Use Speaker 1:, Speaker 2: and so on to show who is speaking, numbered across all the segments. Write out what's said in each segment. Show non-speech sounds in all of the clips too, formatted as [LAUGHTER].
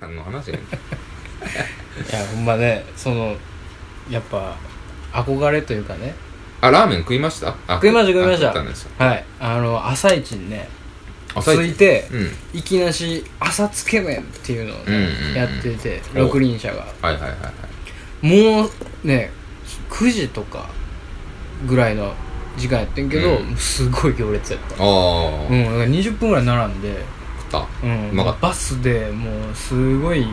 Speaker 1: 何の話やねん
Speaker 2: いやほんまねそのやっぱ憧れというかね
Speaker 1: あラーメン食いましたあ
Speaker 2: 食いました食いました
Speaker 1: あ食ったんですよ
Speaker 2: はいあの朝一にね
Speaker 1: 朝一
Speaker 2: 着いて
Speaker 1: うん
Speaker 2: いきなし朝つけ麺っていうのを、ね
Speaker 1: うんうんうん
Speaker 2: やってて
Speaker 1: お
Speaker 2: 六輪車が
Speaker 1: はいはいはいはい
Speaker 2: もうね9時とかぐらいの時間やってんけど、
Speaker 1: うん
Speaker 2: すごい行列やっ
Speaker 1: あ
Speaker 2: た
Speaker 1: あ、
Speaker 2: うんだから20分ぐらい並んで、
Speaker 1: 食った
Speaker 2: うん、
Speaker 1: うまかった
Speaker 2: バスでもうすごい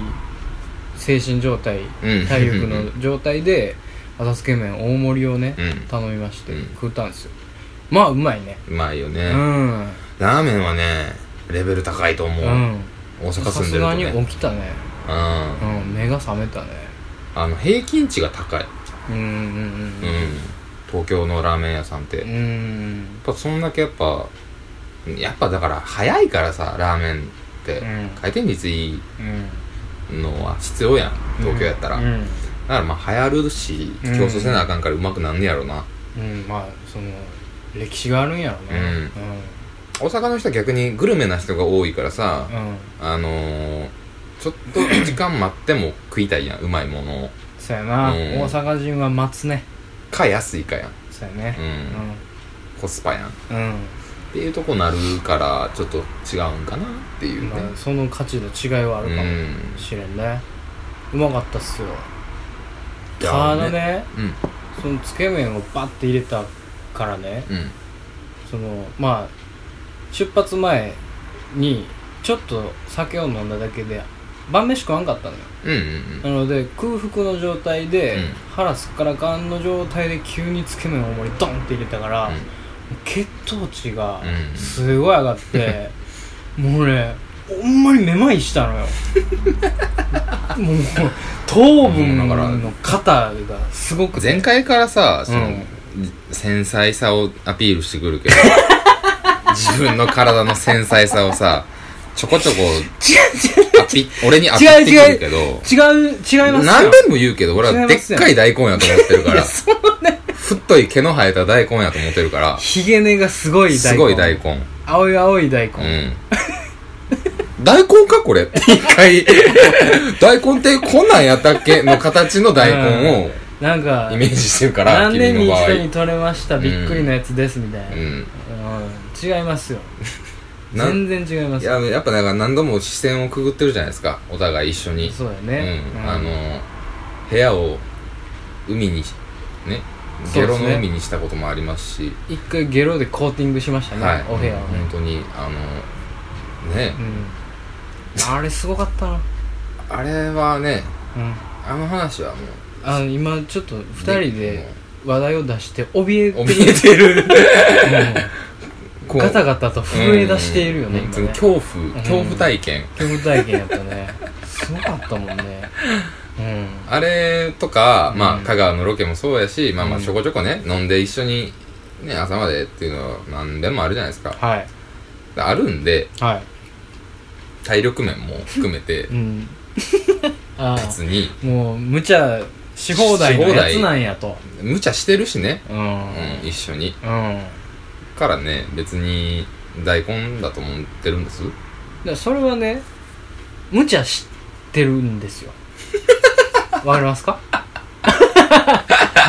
Speaker 2: 精神状態、
Speaker 1: うん
Speaker 2: 体力の状態で朝つけ麺大盛りをね、
Speaker 1: うん
Speaker 2: 頼みまして、
Speaker 1: うん
Speaker 2: 食ったんですよまあうまいね
Speaker 1: うまいよね、
Speaker 2: うん
Speaker 1: ラーメンはねレベル高いと思う、
Speaker 2: うん
Speaker 1: 大阪
Speaker 2: さ
Speaker 1: 住ん
Speaker 2: す
Speaker 1: でる
Speaker 2: が
Speaker 1: と
Speaker 2: に
Speaker 1: ね
Speaker 2: 起きたね
Speaker 1: うん
Speaker 2: うん目が覚めたね
Speaker 1: あの平均値が高い、
Speaker 2: うん
Speaker 1: うん東京のラーメン屋さんって、
Speaker 2: うんうんう
Speaker 1: やっ
Speaker 2: ん
Speaker 1: ぱそんだけやっぱやっぱだから早いからさラーメンって、
Speaker 2: うん
Speaker 1: 回転率いい
Speaker 2: うん
Speaker 1: のは必要やん東京やったら、
Speaker 2: うん
Speaker 1: だからまあ流行るし競
Speaker 2: うん
Speaker 1: 争せなあかんからうまくなんねやろな、
Speaker 2: うん、うんまあその歴史があるんやろうな
Speaker 1: うん大阪の人は逆にグルメな人が多いからさ、
Speaker 2: うん、うん、
Speaker 1: あのー、ちょっと時間待っても食いたいやんうまいものを
Speaker 2: そうやな、
Speaker 1: うん
Speaker 2: 大阪人は待つね
Speaker 1: か安いかやん
Speaker 2: そうやね
Speaker 1: コスパやんっ
Speaker 2: うん、うん
Speaker 1: ていうとこなるからちょっと違うんかなっていうね、
Speaker 2: まあ、その価値の違いはあ
Speaker 1: う
Speaker 2: る
Speaker 1: ん
Speaker 2: かもしれんね、うまかったっすよ
Speaker 1: いや
Speaker 2: あのね
Speaker 1: うん
Speaker 2: そのつけ麺をバッて入れたからね
Speaker 1: うん
Speaker 2: そのまあ出発前にちょっと酒を飲んだだけで晩飯食わんかったのよ
Speaker 1: うん
Speaker 2: なので空腹の状態で、
Speaker 1: うん
Speaker 2: 腹すっからかんの状態で急につけ麺大盛りドンって入れたから、
Speaker 1: うん
Speaker 2: 血糖値が
Speaker 1: うん
Speaker 2: すごい上
Speaker 1: [LAUGHS]
Speaker 2: がって、もうねほんまにめまいしたのよもう糖分の肩がすご
Speaker 1: う
Speaker 2: く
Speaker 1: ん
Speaker 2: て
Speaker 1: 前回からさその、
Speaker 2: うん
Speaker 1: 繊細さをアピールしてくる
Speaker 2: [LAUGHS]
Speaker 1: けど自分の体の繊細さをさちょこちょこアピ俺にアピってくるけど
Speaker 2: 違う違いますよ
Speaker 1: 何遍も言うけど俺
Speaker 2: 違
Speaker 1: はい
Speaker 2: ま
Speaker 1: です
Speaker 2: よ
Speaker 1: っかい大根やと思ってるから太い毛の生えた大根やと思ってるから
Speaker 2: ひげ根がすごい大根
Speaker 1: すごい大根
Speaker 2: 青い青い大根、
Speaker 1: うん。大根かこれって一回、大根ってこんなんやったっけの形の大根を
Speaker 2: なんか
Speaker 1: イメージしてるから、
Speaker 2: 何
Speaker 1: 君
Speaker 2: 年
Speaker 1: の
Speaker 2: に
Speaker 1: 場合。
Speaker 2: 一
Speaker 1: う
Speaker 2: 度に取れましたびっくりのやつですみたいな、
Speaker 1: ん。
Speaker 2: うん違いますよ
Speaker 1: なん
Speaker 2: 全然違いま
Speaker 1: い
Speaker 2: す
Speaker 1: や、やっぱなんか何度も視線をくぐってるじゃないですか、お互い一緒に。
Speaker 2: そうだよ
Speaker 1: う
Speaker 2: ね、
Speaker 1: ん。あの、部屋を海に、ね、ゲロ
Speaker 2: そうです
Speaker 1: の
Speaker 2: ね
Speaker 1: 海にしたこともありますし、
Speaker 2: 一回ゲロでコーティングしましたね、
Speaker 1: はい。
Speaker 2: お部屋を
Speaker 1: 本
Speaker 2: ね、
Speaker 1: 当に、あの、ね
Speaker 2: う、ん、あれすごかったな、
Speaker 1: あれはね、
Speaker 2: うん、
Speaker 1: あの話はもう、
Speaker 2: あの今ちょっと2人
Speaker 1: も
Speaker 2: で話題を出して怯え
Speaker 1: う
Speaker 2: て
Speaker 1: 怯えてる。
Speaker 2: うん
Speaker 1: こう
Speaker 2: [LAUGHS] ガタガタと震え出しているよね、
Speaker 1: うん
Speaker 2: 今ね恐
Speaker 1: 恐怖恐怖体験、
Speaker 2: 怖体験やったねすごかったもんねうん
Speaker 1: あれとか、まあ、
Speaker 2: うん
Speaker 1: 香川のロケもそうやし、まあまあ
Speaker 2: うん
Speaker 1: ちょこちょこね飲んで一緒に、ね、朝までっていうのは何でもあるじゃないですか
Speaker 2: はい
Speaker 1: あるんで
Speaker 2: は
Speaker 1: 体力面も含め
Speaker 2: [LAUGHS]
Speaker 1: て
Speaker 2: いうんああ
Speaker 1: 別に
Speaker 2: もう無茶し放題のやつなんやと
Speaker 1: 無茶してるしね、
Speaker 2: う
Speaker 1: うん、
Speaker 2: ん
Speaker 1: 一緒に
Speaker 2: うん
Speaker 1: からね別に大根だと思ってるんです
Speaker 2: でそれはね無茶してるんですよわかりますか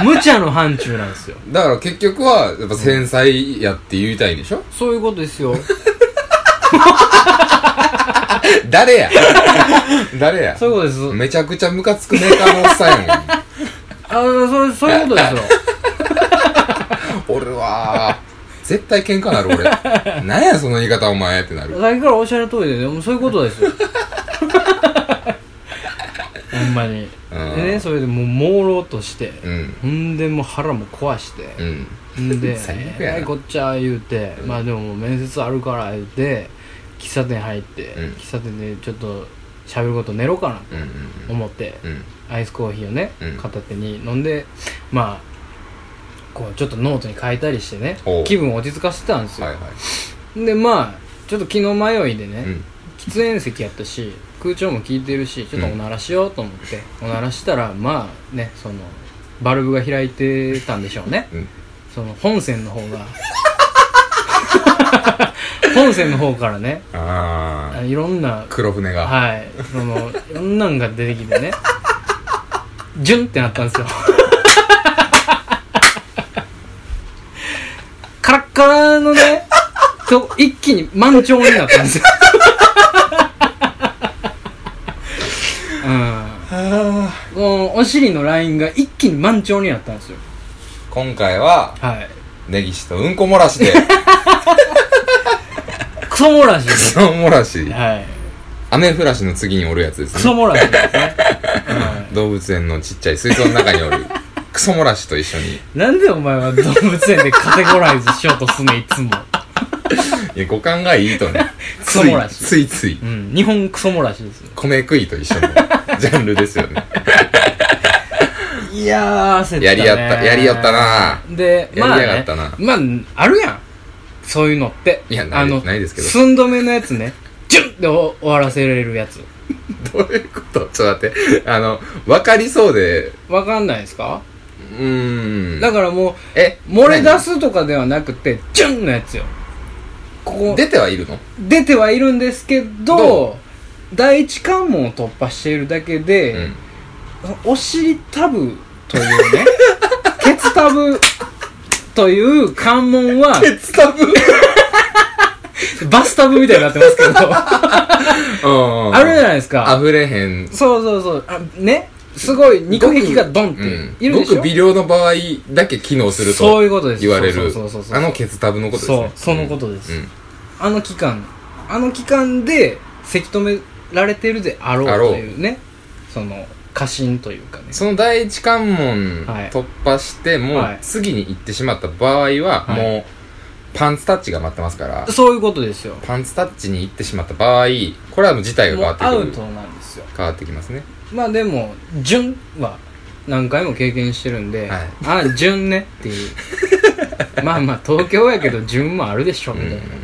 Speaker 2: 無茶の範疇なんですよ
Speaker 1: だから結局はやっぱ繊細やって言いたいん
Speaker 2: [LAUGHS]
Speaker 1: でしょ、
Speaker 2: そういうことですよ
Speaker 1: 誰や [LAUGHS] 誰や
Speaker 2: そういうことです
Speaker 1: めちゃくちゃムカつくメーカーのおっさんやもん
Speaker 2: あのそれそういうことですよ [LAUGHS]
Speaker 1: 俺は絶対喧嘩なる俺なんやその言い方お前ってなる
Speaker 2: さっきからおっしゃる通りでねもうそういうことですよほんまに
Speaker 1: うん
Speaker 2: でねそれでもう朦朧として
Speaker 1: うん
Speaker 2: ほんでもう腹も壊して
Speaker 1: うん
Speaker 2: ん
Speaker 1: [LAUGHS]
Speaker 2: で
Speaker 1: 最悪
Speaker 2: え
Speaker 1: やな
Speaker 2: らいこっちゃ言うて、
Speaker 1: うん
Speaker 2: まあでももう面接あるから言うて喫茶店入って、
Speaker 1: うん
Speaker 2: 喫茶店でちょっと喋ること寝ろうかな
Speaker 1: うん
Speaker 2: と思って、
Speaker 1: うんうん
Speaker 2: アイスコーヒーをね、
Speaker 1: うん
Speaker 2: 片手に飲んでまあこうちょっとノートに書いたりしてね
Speaker 1: おう
Speaker 2: 気分を落ち着かせてたんですよ、
Speaker 1: はいは
Speaker 2: でまあちょっと気の迷いでね、
Speaker 1: いうん
Speaker 2: 喫煙席やったし空調も効いてるしちょっとおならしようと思って、おならしたらまあねそのバルブが開いてたんでしょうね
Speaker 1: うん
Speaker 2: その本線の [LAUGHS] 方が本線の方からね
Speaker 1: ああ
Speaker 2: いろんな
Speaker 1: 黒船が、
Speaker 2: はいそのいろんなんが出てきてねジュンってなったんですよ [LAUGHS] カラッカラのねと一気に満潮になったんですようん
Speaker 1: あ
Speaker 2: このお尻のラインが一気に満潮になったんです
Speaker 1: ー
Speaker 2: よ
Speaker 1: 今回は
Speaker 2: はい
Speaker 1: 根岸と [LAUGHS] うんこ漏らしで
Speaker 2: クソ漏らしで
Speaker 1: ク
Speaker 2: す
Speaker 1: ソ漏らし
Speaker 2: はい
Speaker 1: 雨降らしの次におるやつです
Speaker 2: ク
Speaker 1: ね
Speaker 2: ソ漏らしですね、は
Speaker 1: 動物園のちっちゃい水槽の中にお [LAUGHS] るクソ漏らしと一緒に
Speaker 2: い、なんでお前は動物園でカテゴライズしようとすんねんいつも
Speaker 1: いや五感がいい [LAUGHS] とね
Speaker 2: クソ漏らし
Speaker 1: ついついつい
Speaker 2: うん日本クソ漏らしですよ
Speaker 1: 米食いと一緒のジャンルですよね
Speaker 2: いやー焦ったね
Speaker 1: やりよったやりよったな
Speaker 2: で
Speaker 1: や
Speaker 2: まあ、
Speaker 1: りやが
Speaker 2: ね
Speaker 1: ったな、
Speaker 2: まああるやんそういうのって
Speaker 1: いやない
Speaker 2: あの
Speaker 1: ないですけど
Speaker 2: 寸止めのやつねジュンってお終わらせれるやつ
Speaker 1: どういうことちょっと待ってあの分かりそうで
Speaker 2: わかんないですか
Speaker 1: うーん
Speaker 2: だからも
Speaker 1: え
Speaker 2: う漏れ出すとかではなくてジュンのやつよここ
Speaker 1: 何出てはいるの
Speaker 2: 出てはいるんですけど
Speaker 1: ど
Speaker 2: 第一関門を突破しているだけ
Speaker 1: う
Speaker 2: で
Speaker 1: ん、
Speaker 2: お尻タブという
Speaker 1: [LAUGHS]
Speaker 2: ねケツタブという関門は
Speaker 1: 鉄タブ
Speaker 2: バスタブみたいになって
Speaker 1: [LAUGHS]
Speaker 2: ますけどあ
Speaker 1: うん
Speaker 2: るじゃないですか
Speaker 1: 溢れへん
Speaker 2: そうそうそうあねすごい肉壁がドンって
Speaker 1: うん
Speaker 2: いるでしょ、
Speaker 1: ごく微量の場合だけ機能する
Speaker 2: そう
Speaker 1: と
Speaker 2: いうことです
Speaker 1: 言われる
Speaker 2: そうそうそうそう
Speaker 1: あのケツタブのことですね
Speaker 2: そうそのことです
Speaker 1: うん
Speaker 2: あの期間あの期間でせき止められてるであろう
Speaker 1: あろう
Speaker 2: というねその過信というかね
Speaker 1: その第一関門
Speaker 2: はい
Speaker 1: 突破して、も
Speaker 2: はいう
Speaker 1: 次に行ってしまった場合は、
Speaker 2: はい
Speaker 1: もうパンツタッチが待ってますから、
Speaker 2: そういうことですよ
Speaker 1: パンツタッチに行ってしまった場合、これはもう事態が
Speaker 2: もうア
Speaker 1: 変わっ
Speaker 2: ウ
Speaker 1: てく
Speaker 2: ト
Speaker 1: る。
Speaker 2: なんですよ
Speaker 1: 変わってきますね。
Speaker 2: まあでも順は何回も経験してるんで、
Speaker 1: はい
Speaker 2: ああ順ねっ
Speaker 1: [LAUGHS]
Speaker 2: ていうまあまあ東京やけど順もあるでしょ
Speaker 1: う
Speaker 2: み
Speaker 1: んう
Speaker 2: たい
Speaker 1: ん
Speaker 2: な、うん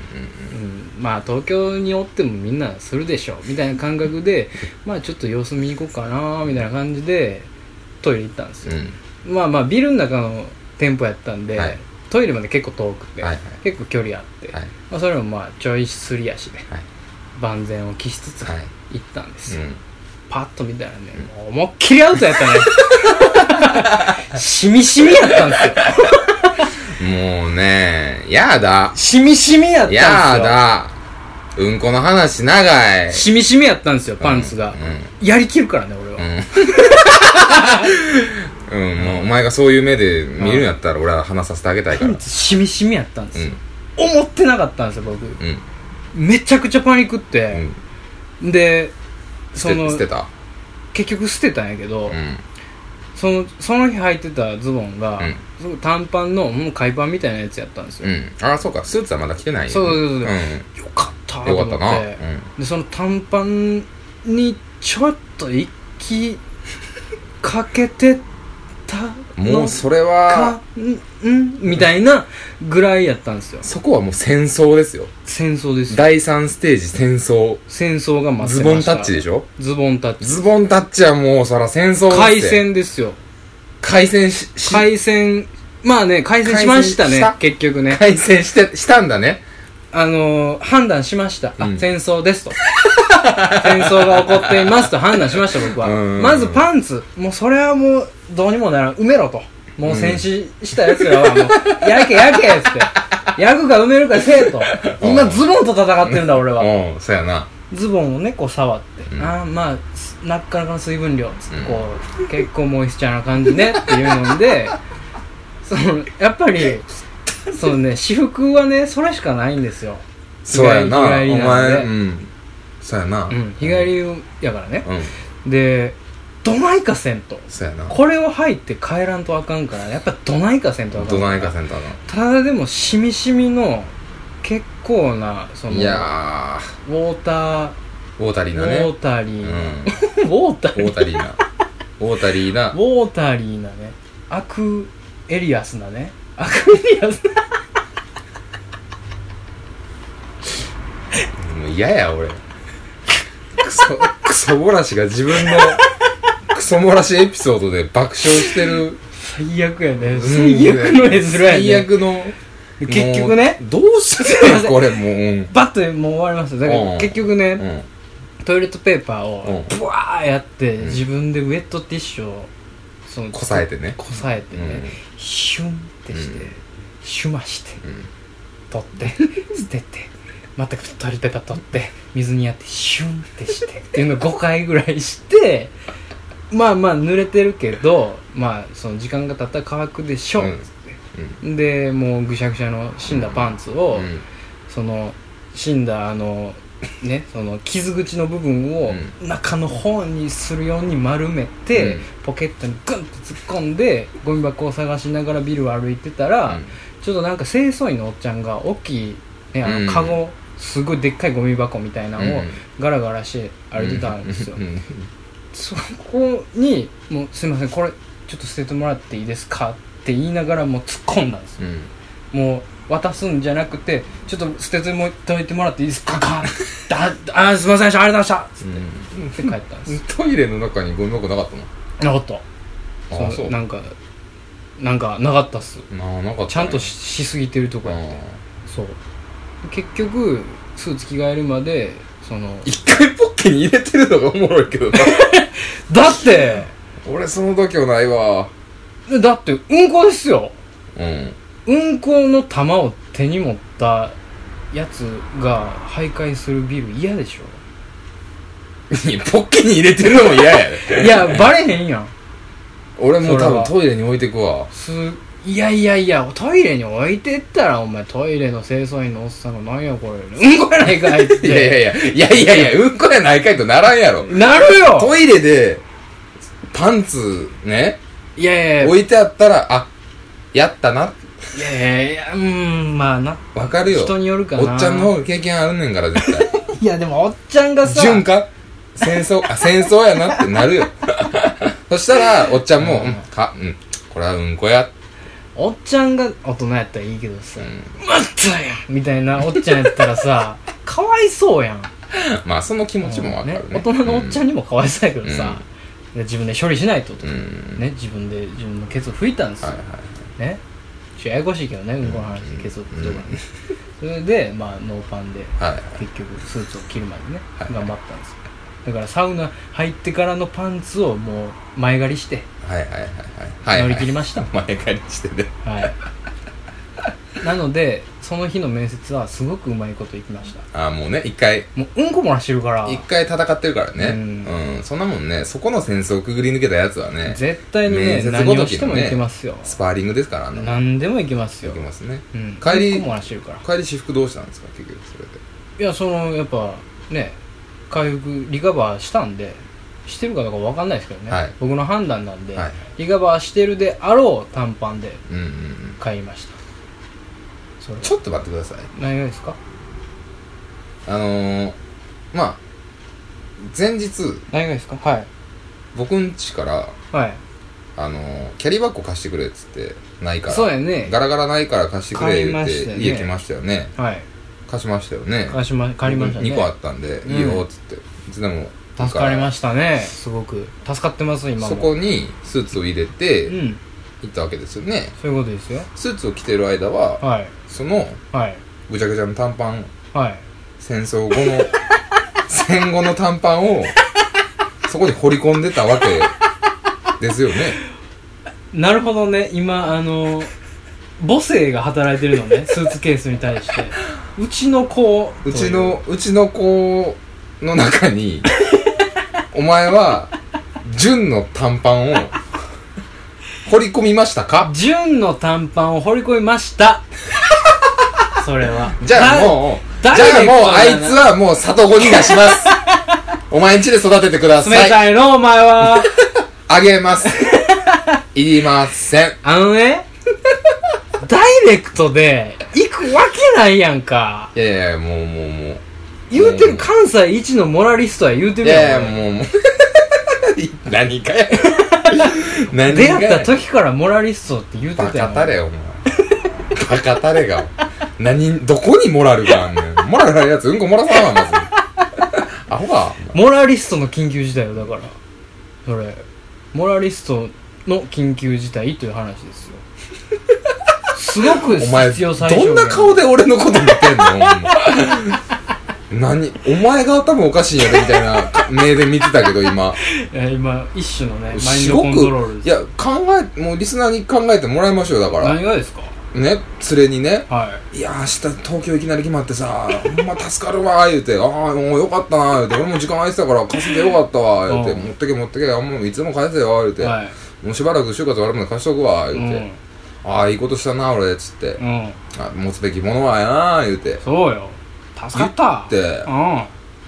Speaker 2: まあ東京におってもみんなするでしょみたいな感覚でまあちょっと様子見に行こうかなみたいな感じでトイレ行ったんです
Speaker 1: うん。
Speaker 2: よ、
Speaker 1: うん。
Speaker 2: まあまあビルの中の店舗やったんで、
Speaker 1: はい
Speaker 2: トイレまで結構遠くて、
Speaker 1: はいはい
Speaker 2: 結構距離あって、
Speaker 1: はい。
Speaker 2: まあ、それもまあちょいすり足で、
Speaker 1: はい
Speaker 2: 万全を期しつつ
Speaker 1: はい。
Speaker 2: 行ったんです
Speaker 1: う
Speaker 2: よ、
Speaker 1: ん。
Speaker 2: パッと見たらね、もう思いっきりアウトやったね
Speaker 1: [LAUGHS]
Speaker 2: しみしみやったんですよ
Speaker 1: もうね、やだ。
Speaker 2: しみしみやったんですよ
Speaker 1: やだ。うんこの話長い。
Speaker 2: しみしみやったんですよパンツが、
Speaker 1: う
Speaker 2: やりきるからね俺は、
Speaker 1: ん。うん。うん、もうお前がそういう目で見るんやったら俺は話させてあげたいから。うん。
Speaker 2: しみしみやったんですよ、思ってなかったんですよ僕
Speaker 1: うん。
Speaker 2: めちゃくちゃパニックっ
Speaker 1: う
Speaker 2: て、
Speaker 1: ん。
Speaker 2: で
Speaker 1: 捨
Speaker 2: そ
Speaker 1: て
Speaker 2: の
Speaker 1: 捨てた。
Speaker 2: 結局捨てたんやけど、
Speaker 1: うん。
Speaker 2: そのその日履いてたズボンが、
Speaker 1: うん
Speaker 2: すごい短パンのもう海パンみたいなやつやったんですよ、
Speaker 1: うん。ああ、そうか。スーツはまだ着てないよね
Speaker 2: そうそうそう
Speaker 1: うん。
Speaker 2: よかったと
Speaker 1: よ
Speaker 2: 思
Speaker 1: か
Speaker 2: っ
Speaker 1: ってたな。うん。
Speaker 2: でその短パンにちょっと一気かけてた
Speaker 1: も
Speaker 2: の
Speaker 1: うそれ
Speaker 2: か
Speaker 1: は、
Speaker 2: んんみたいなぐらいやったんですよ
Speaker 1: そこはもう戦争ですよ。
Speaker 2: 戦争ですよ
Speaker 1: 第3ステージ戦争。
Speaker 2: 戦争が待っ
Speaker 1: ズ
Speaker 2: てま
Speaker 1: ボン
Speaker 2: した
Speaker 1: タッチでしょ
Speaker 2: ズボンタッチ
Speaker 1: ズボンタッチはもうそら戦争ですって
Speaker 2: 海。戦ですよ
Speaker 1: 海戦し、し
Speaker 2: 海戦まあね海戦しました
Speaker 1: 開
Speaker 2: ね
Speaker 1: 戦した
Speaker 2: 結局ね
Speaker 1: 海戦して、したんだね。
Speaker 2: あのー判断しました、
Speaker 1: う
Speaker 2: あ
Speaker 1: ん
Speaker 2: 戦争ですと [LAUGHS] 戦争が起こっていますと判断しました僕は
Speaker 1: うん
Speaker 2: まずパンツもうそれはもうどうにもならん埋めろともう戦死したやつらはもう焼け焼けっつ
Speaker 1: [LAUGHS]
Speaker 2: って焼くか埋めるかせえと今
Speaker 1: うん
Speaker 2: ズボンと戦ってるんだ俺は
Speaker 1: うん、そうやな。
Speaker 2: ズボンをねこう触って、
Speaker 1: うん
Speaker 2: ああまあすなかなかの水分量つって
Speaker 1: うん
Speaker 2: こう、結構モイスチャーな感じねっていうのでそのやっぱりそのね私服はねそれしかないんですよ
Speaker 1: そうやな。お
Speaker 2: 日帰りなんで
Speaker 1: 前、うん。そうやな。
Speaker 2: うん、日帰りやからね、
Speaker 1: うん。
Speaker 2: でどないかせんと
Speaker 1: そうやな。
Speaker 2: これを履いて帰らんとあかんからやっぱどないかせんとあかん
Speaker 1: どないか
Speaker 2: ん
Speaker 1: せんとあか
Speaker 2: ただでもしみしみの結構なそ
Speaker 1: ん
Speaker 2: の
Speaker 1: いや
Speaker 2: ウォータ
Speaker 1: ー、
Speaker 2: ー
Speaker 1: 大谷
Speaker 2: ウ
Speaker 1: な
Speaker 2: ォ
Speaker 1: ね
Speaker 2: ー。タリ
Speaker 1: う
Speaker 2: ーな、
Speaker 1: ん。
Speaker 2: [LAUGHS] ウォータリー
Speaker 1: 大谷な。大谷な
Speaker 2: [LAUGHS] ウ。ォータリーなねアクエリアスなねアクエリアス
Speaker 1: もう嫌や俺クソクソ漏らしが自分のクソ漏らしエピソードで爆笑してる
Speaker 2: 最悪やね最悪の絵面やね
Speaker 1: 最悪の
Speaker 2: で結局ね
Speaker 1: もうどうしてんのこれもううん
Speaker 2: バッともう終わりますよだか
Speaker 1: うん
Speaker 2: ら結局ね、
Speaker 1: うん
Speaker 2: トイレットペーパーを
Speaker 1: うん
Speaker 2: ブワーやって、
Speaker 1: ん
Speaker 2: 自分でウェットティッシュをその
Speaker 1: こさえてね
Speaker 2: こさえてね、
Speaker 1: うん
Speaker 2: シュンってして、
Speaker 1: うん
Speaker 2: シュマして
Speaker 1: うん
Speaker 2: 取って [LAUGHS] 捨ててまたトイレットペーパー取って水にやってシュンってしてっていうのを5回ぐらいしてまあまあ濡れてるけどまあその時間が経ったら乾くでしょ、
Speaker 1: うん
Speaker 2: つってでもうぐしゃぐしゃの死んだパンツを、
Speaker 1: うん
Speaker 2: その死んだあのねその傷口の部分を中の方にするように丸め
Speaker 1: う
Speaker 2: て、
Speaker 1: ん
Speaker 2: ポケットにグンって突っ込んでゴミ箱を探しながらビルを歩いてたら、
Speaker 1: うん
Speaker 2: ちょっとなんか清掃員のおっちゃんが大きい、ね、あ
Speaker 1: うん
Speaker 2: のカゴ、すごいでっかいゴミ箱みたいなのを
Speaker 1: うん
Speaker 2: ガラガラして歩いてたんですよ、
Speaker 1: ううん
Speaker 2: そこに「もうすいませんこれちょっと捨ててもらっていいですか?」って言いながらもう突っ込んだんですよ
Speaker 1: うん
Speaker 2: もう渡すんじゃなくてちょっと捨ててもといてもらっていいですかかだあーすいませんでしたありがとうございました
Speaker 1: う
Speaker 2: つって帰ったんで
Speaker 1: ん
Speaker 2: す
Speaker 1: トイレの中にゴミ箱なかったの
Speaker 2: なかった
Speaker 1: ああ
Speaker 2: そ
Speaker 1: そうう
Speaker 2: なんかなんかなかったっす
Speaker 1: なあなんか
Speaker 2: ちゃんとししすぎてるとこ
Speaker 1: あ
Speaker 2: やっ
Speaker 1: ー
Speaker 2: たそう結局スーツ着替えるまでその
Speaker 1: 一回ポッケに入れてるのがおもろいけ
Speaker 2: [LAUGHS]
Speaker 1: どな
Speaker 2: だって
Speaker 1: 俺その度胸ないわ
Speaker 2: だってうんこですよ
Speaker 1: うん
Speaker 2: うんこの玉を手に持ったやつが徘徊するビル嫌でしょ
Speaker 1: いやポッケに入れてるのも嫌
Speaker 2: [LAUGHS]
Speaker 1: やで
Speaker 2: いやバレへんやん
Speaker 1: 俺もう多分
Speaker 2: そ
Speaker 1: トイレに置いてくわ
Speaker 2: すいやいやいやトイレに置いてったらお前トイレの清掃員のおっさんが何やこれうんこやないかいっ
Speaker 1: いや
Speaker 2: て
Speaker 1: いやいやいやいやいやうんこやないかいとならんやろ
Speaker 2: なるよ
Speaker 1: トイレでパンツね
Speaker 2: いやいやい
Speaker 1: 置いてあったらあやったな
Speaker 2: やいやいやうーんまあな
Speaker 1: わかるよ
Speaker 2: 人によるかな
Speaker 1: おっちゃんの方が経験あるねんから絶対
Speaker 2: いやでもおっちゃんがさ
Speaker 1: 純か戦争あ戦争やなってなるよそしたらおっちゃんも「
Speaker 2: う
Speaker 1: うんんかうんこれはうんこや」
Speaker 2: おっちゃんが大人やったらいいけどさ
Speaker 1: う
Speaker 2: 「待ったやん!」みたいなおっちゃんやった
Speaker 1: [LAUGHS]
Speaker 2: らさかわいそうやん
Speaker 1: ん、まあその気持ちもわかるね
Speaker 2: 大人のおっちゃんにもかわいそうやけどさ、自分で処理しないとと、
Speaker 1: うん、うん
Speaker 2: ね自分で自分のケツを拭いたんですよ、
Speaker 1: はいはい
Speaker 2: ねちょややこしいけどねうんこの話で消すことがね、それでまあノーパンで
Speaker 1: はいはい
Speaker 2: 結局スーツを着るまでね
Speaker 1: はい
Speaker 2: 頑張ったんですよだからサウナ入ってからのパンツをもう前借りして
Speaker 1: はいはいはいはいはい
Speaker 2: 乗り切りました、は
Speaker 1: 前借りしてね
Speaker 2: いなのでその日の面接はすごくうまいこといきました
Speaker 1: ああもうね一回
Speaker 2: もううんこ漏らしてるから
Speaker 1: 一回戦ってるからね
Speaker 2: う
Speaker 1: うんん、そんなもんねそこの戦争をくぐり抜けたやつはね
Speaker 2: 絶対にね
Speaker 1: 面接
Speaker 2: 何
Speaker 1: ご
Speaker 2: を
Speaker 1: と
Speaker 2: し
Speaker 1: き
Speaker 2: て
Speaker 1: のね
Speaker 2: もいけますよ、
Speaker 1: スパーリングですからあんなの
Speaker 2: 何でもいけますよ
Speaker 1: いけ、ますね
Speaker 2: うん、
Speaker 1: 帰り
Speaker 2: うんこ漏らしてるから
Speaker 1: 帰り私服どうしたんですか結局それで
Speaker 2: いやそのやっぱね回復リカバーしたんでしてるかどうか分かんないですけどね、
Speaker 1: はい
Speaker 2: 僕の判断なんで、
Speaker 1: はい
Speaker 2: リカバーしてるであろう短パンで
Speaker 1: うんうんうん
Speaker 2: 買いましたそれ
Speaker 1: ちょっと待ってください
Speaker 2: 何がですか
Speaker 1: あのー、まあ前日
Speaker 2: 何がですかはい
Speaker 1: 僕ん家から
Speaker 2: はい
Speaker 1: あのー、キャリーバッグ貸してくれっつってないから
Speaker 2: そうやね
Speaker 1: ガラガラないから貸してくれ言っ
Speaker 2: 買いましてたね
Speaker 1: 家来ましたよね
Speaker 2: はい
Speaker 1: 貸しましたよね
Speaker 2: 貸しま借りましたね
Speaker 1: 2個あったんで、
Speaker 2: うん
Speaker 1: いいよっつっていつでも
Speaker 2: 助かりま
Speaker 1: し
Speaker 2: したねすごく助かってます今も
Speaker 1: そこにスーツを入れて
Speaker 2: うん
Speaker 1: 行ったわけですよね、
Speaker 2: そういうことですよ
Speaker 1: スーツを着てる間は
Speaker 2: はい
Speaker 1: その
Speaker 2: はい
Speaker 1: ぐちゃぐちゃの短パン
Speaker 2: はい
Speaker 1: 戦争後
Speaker 2: [LAUGHS]
Speaker 1: の戦後の短パンをそこに掘り込んでたわけですよね
Speaker 2: なるほどね今あの母性が働いてる
Speaker 1: [LAUGHS]
Speaker 2: のねスーツケースに対してうちの子
Speaker 1: うちのうちの子の中
Speaker 2: [LAUGHS]
Speaker 1: にお前は純の短パンを掘り込みましたか
Speaker 2: 純の短パンを掘り込みました
Speaker 1: [LAUGHS]
Speaker 2: それは
Speaker 1: じゃあ
Speaker 2: だ
Speaker 1: もうじゃ
Speaker 2: だ
Speaker 1: あ
Speaker 2: 誰
Speaker 1: もう
Speaker 2: こ
Speaker 1: あ
Speaker 2: れ
Speaker 1: いつはもう里子に出します
Speaker 2: [LAUGHS]
Speaker 1: お前ん家で育ててくだ
Speaker 2: 冷
Speaker 1: さい
Speaker 2: たいのお前は
Speaker 1: あげますいりません
Speaker 2: あの
Speaker 1: [LAUGHS]
Speaker 2: ねダイレクトで行くわけないやんか
Speaker 1: いやいやいやもうもうもう
Speaker 2: 言うて
Speaker 1: う
Speaker 2: る
Speaker 1: ん
Speaker 2: 関西一のモラリストは言うて
Speaker 1: い
Speaker 2: るや
Speaker 1: や
Speaker 2: ん
Speaker 1: いやも
Speaker 2: 俺
Speaker 1: う [LAUGHS] もう何かや何か
Speaker 2: 出
Speaker 1: や
Speaker 2: 会った時からモラリストって言うて
Speaker 1: バ
Speaker 2: たや
Speaker 1: カ
Speaker 2: ん
Speaker 1: タレお前バカタレが何どこにモラルがあんねんモラルあるやつうんこ漏らさなまずアホか
Speaker 2: モラリストの緊急事態よだからそれモラリストの緊急事態という話ですよすごく
Speaker 1: [LAUGHS] お前、
Speaker 2: 必要最小限
Speaker 1: どんな顔で俺のこと見てんのほんま何お前が頭おかしいんやでみたいな目で見てたけど今
Speaker 2: いや今一種のねマイン
Speaker 1: す
Speaker 2: ド
Speaker 1: ご
Speaker 2: コン
Speaker 1: く
Speaker 2: トロールで
Speaker 1: い
Speaker 2: す
Speaker 1: や考えもうリスナーに考えてもらいましょうだから
Speaker 2: 何
Speaker 1: ね
Speaker 2: がですか
Speaker 1: 連れにね
Speaker 2: はい
Speaker 1: いや明日東京いきなり決まってさほんま助かるわ言うてああもうよかったな言うて俺も時間空いてたから貸すでよかったわ言うて
Speaker 2: うん
Speaker 1: 持ってけ持ってけあもういつでも返せよ言うて、
Speaker 2: はい
Speaker 1: もうしばらく就活終わるまで貸しとくわ
Speaker 2: う
Speaker 1: 言うて
Speaker 2: ん、
Speaker 1: ああいいことしたな俺つって、
Speaker 2: うん
Speaker 1: あ持つべきものはやな言うて
Speaker 2: そうよ助かった
Speaker 1: 言って
Speaker 2: う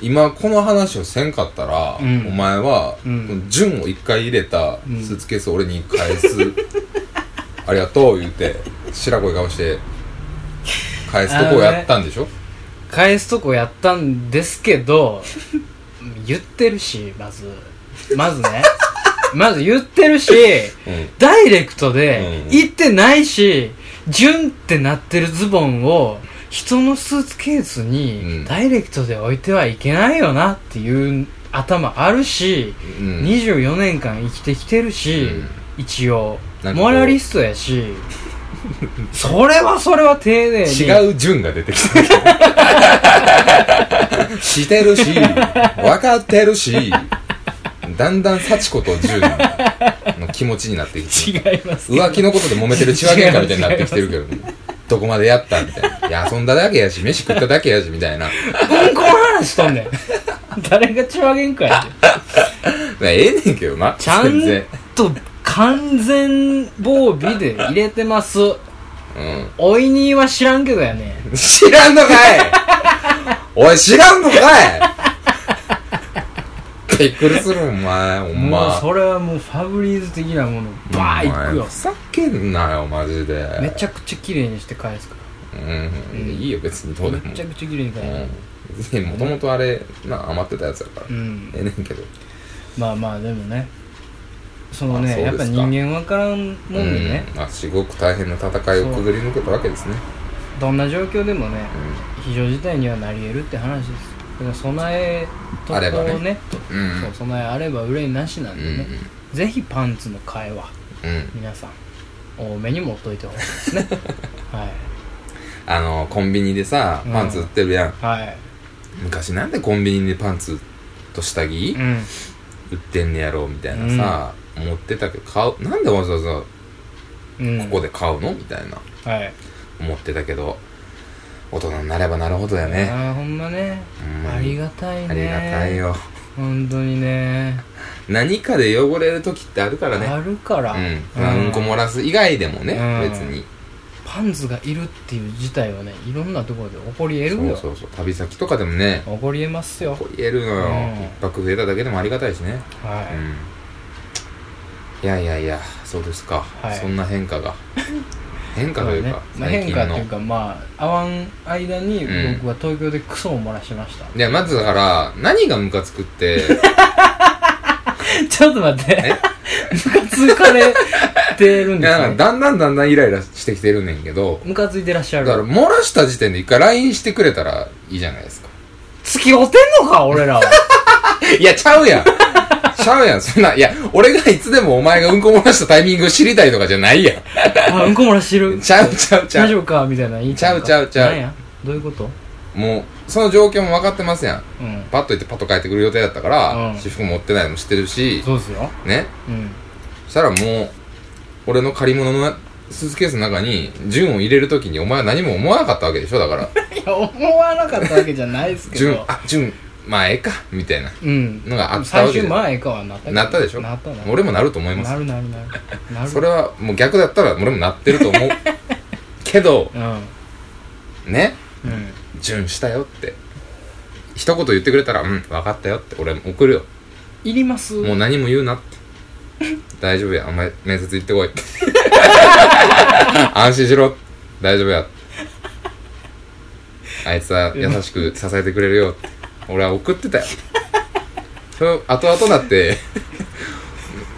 Speaker 1: 今この話をせんかったら、
Speaker 2: うん
Speaker 1: お前は、
Speaker 2: うん
Speaker 1: この純を一回入れたス
Speaker 2: うん
Speaker 1: ーツケースを俺に返す、 [LAUGHS] ありがとう言うて白子い顔して返すとこをやったんでしょ、
Speaker 2: ん返すとこやったんですけど [LAUGHS] 言ってるしまずまずねまず言ってるし
Speaker 1: うん
Speaker 2: ダイレクトで
Speaker 1: うん
Speaker 2: 言ってないし、ジュンってなってるズボンを人のスーツケース
Speaker 1: うん
Speaker 2: にダイレクトで置いてはいけないよなっていう頭あるし、
Speaker 1: うん
Speaker 2: 24年間生きてきてるし、
Speaker 1: うん
Speaker 2: 一応
Speaker 1: なんかこう
Speaker 2: モラリストやしそれはそれは丁寧に
Speaker 1: 違う順が出てき
Speaker 2: [LAUGHS]
Speaker 1: たけどしてるし分かってるしだんだん幸子と純の気持ちになってきて
Speaker 2: 違います
Speaker 1: 浮気のことで揉めてる血は喧嘩みたいになってきてるけど、どこまでやったみたいないや遊んだだけやし飯食っただけやしみたいな
Speaker 2: うんこの話しとんねん誰が血はげんかやで
Speaker 1: ええねんけどな
Speaker 2: ちゃん
Speaker 1: 全然
Speaker 2: と完全防備で入れてます
Speaker 1: う
Speaker 2: おいには知らんけどやね
Speaker 1: ん知らんのかいおい知らんのかいびっくりするお前ほん
Speaker 2: もう
Speaker 1: ま
Speaker 2: それはもうファブリーズ的なものバーいく
Speaker 1: お前
Speaker 2: よ
Speaker 1: ふざけんなよマジで
Speaker 2: めちゃくちゃ綺麗にして返すか
Speaker 1: うん
Speaker 2: うん
Speaker 1: いいよ別にど
Speaker 2: ら
Speaker 1: うでも
Speaker 2: めちゃくちゃ綺麗に返
Speaker 1: うんもともとあれな余ってたやつやから
Speaker 2: すうん
Speaker 1: ええねんけど
Speaker 2: まあまあでもねその
Speaker 1: あそ
Speaker 2: ね
Speaker 1: うで
Speaker 2: や
Speaker 1: す
Speaker 2: っ
Speaker 1: か
Speaker 2: ぱ人間わからんもんでね
Speaker 1: うんあすごく大変な戦いをくぐり抜けたわけですね
Speaker 2: どんな状況でもね
Speaker 1: う
Speaker 2: 非常事態にはなり得るって話ですだから備えとこ
Speaker 1: あればね
Speaker 2: うね
Speaker 1: んうん
Speaker 2: そう備えあれば憂いなしなんでね、ぜひパンツの替えは
Speaker 1: うんうん
Speaker 2: 皆さん多めに持っといてほしいで
Speaker 1: [LAUGHS]
Speaker 2: すねはい
Speaker 1: あのコンビニでさ
Speaker 2: うん
Speaker 1: パンツ売ってるやん
Speaker 2: はい
Speaker 1: 昔なんでコンビニでパンツと下着
Speaker 2: うん
Speaker 1: 売ってんねやろみたいなさ持ってたけど買うなんでわざわざ
Speaker 2: うん、
Speaker 1: ここで買うのみたいな
Speaker 2: はい
Speaker 1: 思ってたけど大人になればなるほどや
Speaker 2: あ
Speaker 1: ね
Speaker 2: ーほんまね
Speaker 1: ほんまに
Speaker 2: ありがたいね
Speaker 1: ありがたいよ
Speaker 2: 本当にね
Speaker 1: 何かで汚れる時ってあるからね
Speaker 2: あるから、
Speaker 1: うん、うんこ漏らす以外でもね、
Speaker 2: うん
Speaker 1: 別に
Speaker 2: パンツがいるっていう事態はねいろんなところで起こり得る
Speaker 1: そ
Speaker 2: よ
Speaker 1: うそうそう旅先とかでもね
Speaker 2: 起こり得ますよ
Speaker 1: こう言えるのよ、
Speaker 2: うん
Speaker 1: 一泊増えただけでもありがたいしね
Speaker 2: は
Speaker 1: う
Speaker 2: い、
Speaker 1: んいやいやいやそうですか、
Speaker 2: はい
Speaker 1: そんな変化が変化
Speaker 2: ま
Speaker 1: と
Speaker 2: あ
Speaker 1: いう
Speaker 2: ね
Speaker 1: か、
Speaker 2: まあ、
Speaker 1: 最
Speaker 2: 変
Speaker 1: 近
Speaker 2: 化と
Speaker 1: の
Speaker 2: いうかまあ合わん間に
Speaker 1: うん
Speaker 2: 僕は東京でクソを漏らしました、 [LAUGHS]
Speaker 1: いやまずだから何がムカつくって
Speaker 2: ちょっと待って
Speaker 1: え
Speaker 2: [LAUGHS] ムカつかれてるん
Speaker 1: い
Speaker 2: で
Speaker 1: や
Speaker 2: す
Speaker 1: な
Speaker 2: ね
Speaker 1: んかだんだんだんだんイライラしてきてるねんけど
Speaker 2: ムカついてらっしゃ
Speaker 1: だから
Speaker 2: る
Speaker 1: 漏らした時点で一回 LINE してくれたらいいじゃないですか
Speaker 2: 付き合うてんのか俺らは
Speaker 1: いやちゃうやんちゃうやんそんないや俺がいつでもお前がうんこ漏らしたタイミングを知りたいとかじゃないやん
Speaker 2: [LAUGHS] あうんこ漏らしてる
Speaker 1: ちゃうちゃうちゃ
Speaker 2: 大
Speaker 1: う
Speaker 2: 丈夫かみたいな言い
Speaker 1: ちゃうちゃうちゃう
Speaker 2: なんやどういうこと
Speaker 1: もうその状況も分かってますやん
Speaker 2: うん
Speaker 1: パッと行ってパッと帰ってくる予定だったから、
Speaker 2: うん
Speaker 1: 私服持ってないのも知ってるし
Speaker 2: そうですよ
Speaker 1: ね
Speaker 2: うん
Speaker 1: そしたらもう俺の借り物のスーツケースの中に純を入れる時にお前は何も思わなかったわけでしょだから
Speaker 2: [LAUGHS] いや思わなかったわけじゃないですけ
Speaker 1: 純
Speaker 2: ど
Speaker 1: あ純まあええかみたいな
Speaker 2: うん
Speaker 1: のがあったわ
Speaker 2: 最
Speaker 1: け
Speaker 2: 終
Speaker 1: で
Speaker 2: 前かはなったけど
Speaker 1: なったでしょ
Speaker 2: なったな
Speaker 1: 俺もなると思いま
Speaker 2: な
Speaker 1: す
Speaker 2: るなるなるなる
Speaker 1: それはもう逆だったら俺もなってると
Speaker 2: [LAUGHS]
Speaker 1: 思うけど
Speaker 2: うんうん
Speaker 1: ね純したよって一言言ってくれたらうん分かったよって俺も送るよ
Speaker 2: いります
Speaker 1: もう何も言うなって。大丈夫や。お前、面接行ってこいって。 [LAUGHS] 安心しろ。大丈夫や。あいつは優しく支えてくれるよって。俺は送ってたよ。それ後々だって、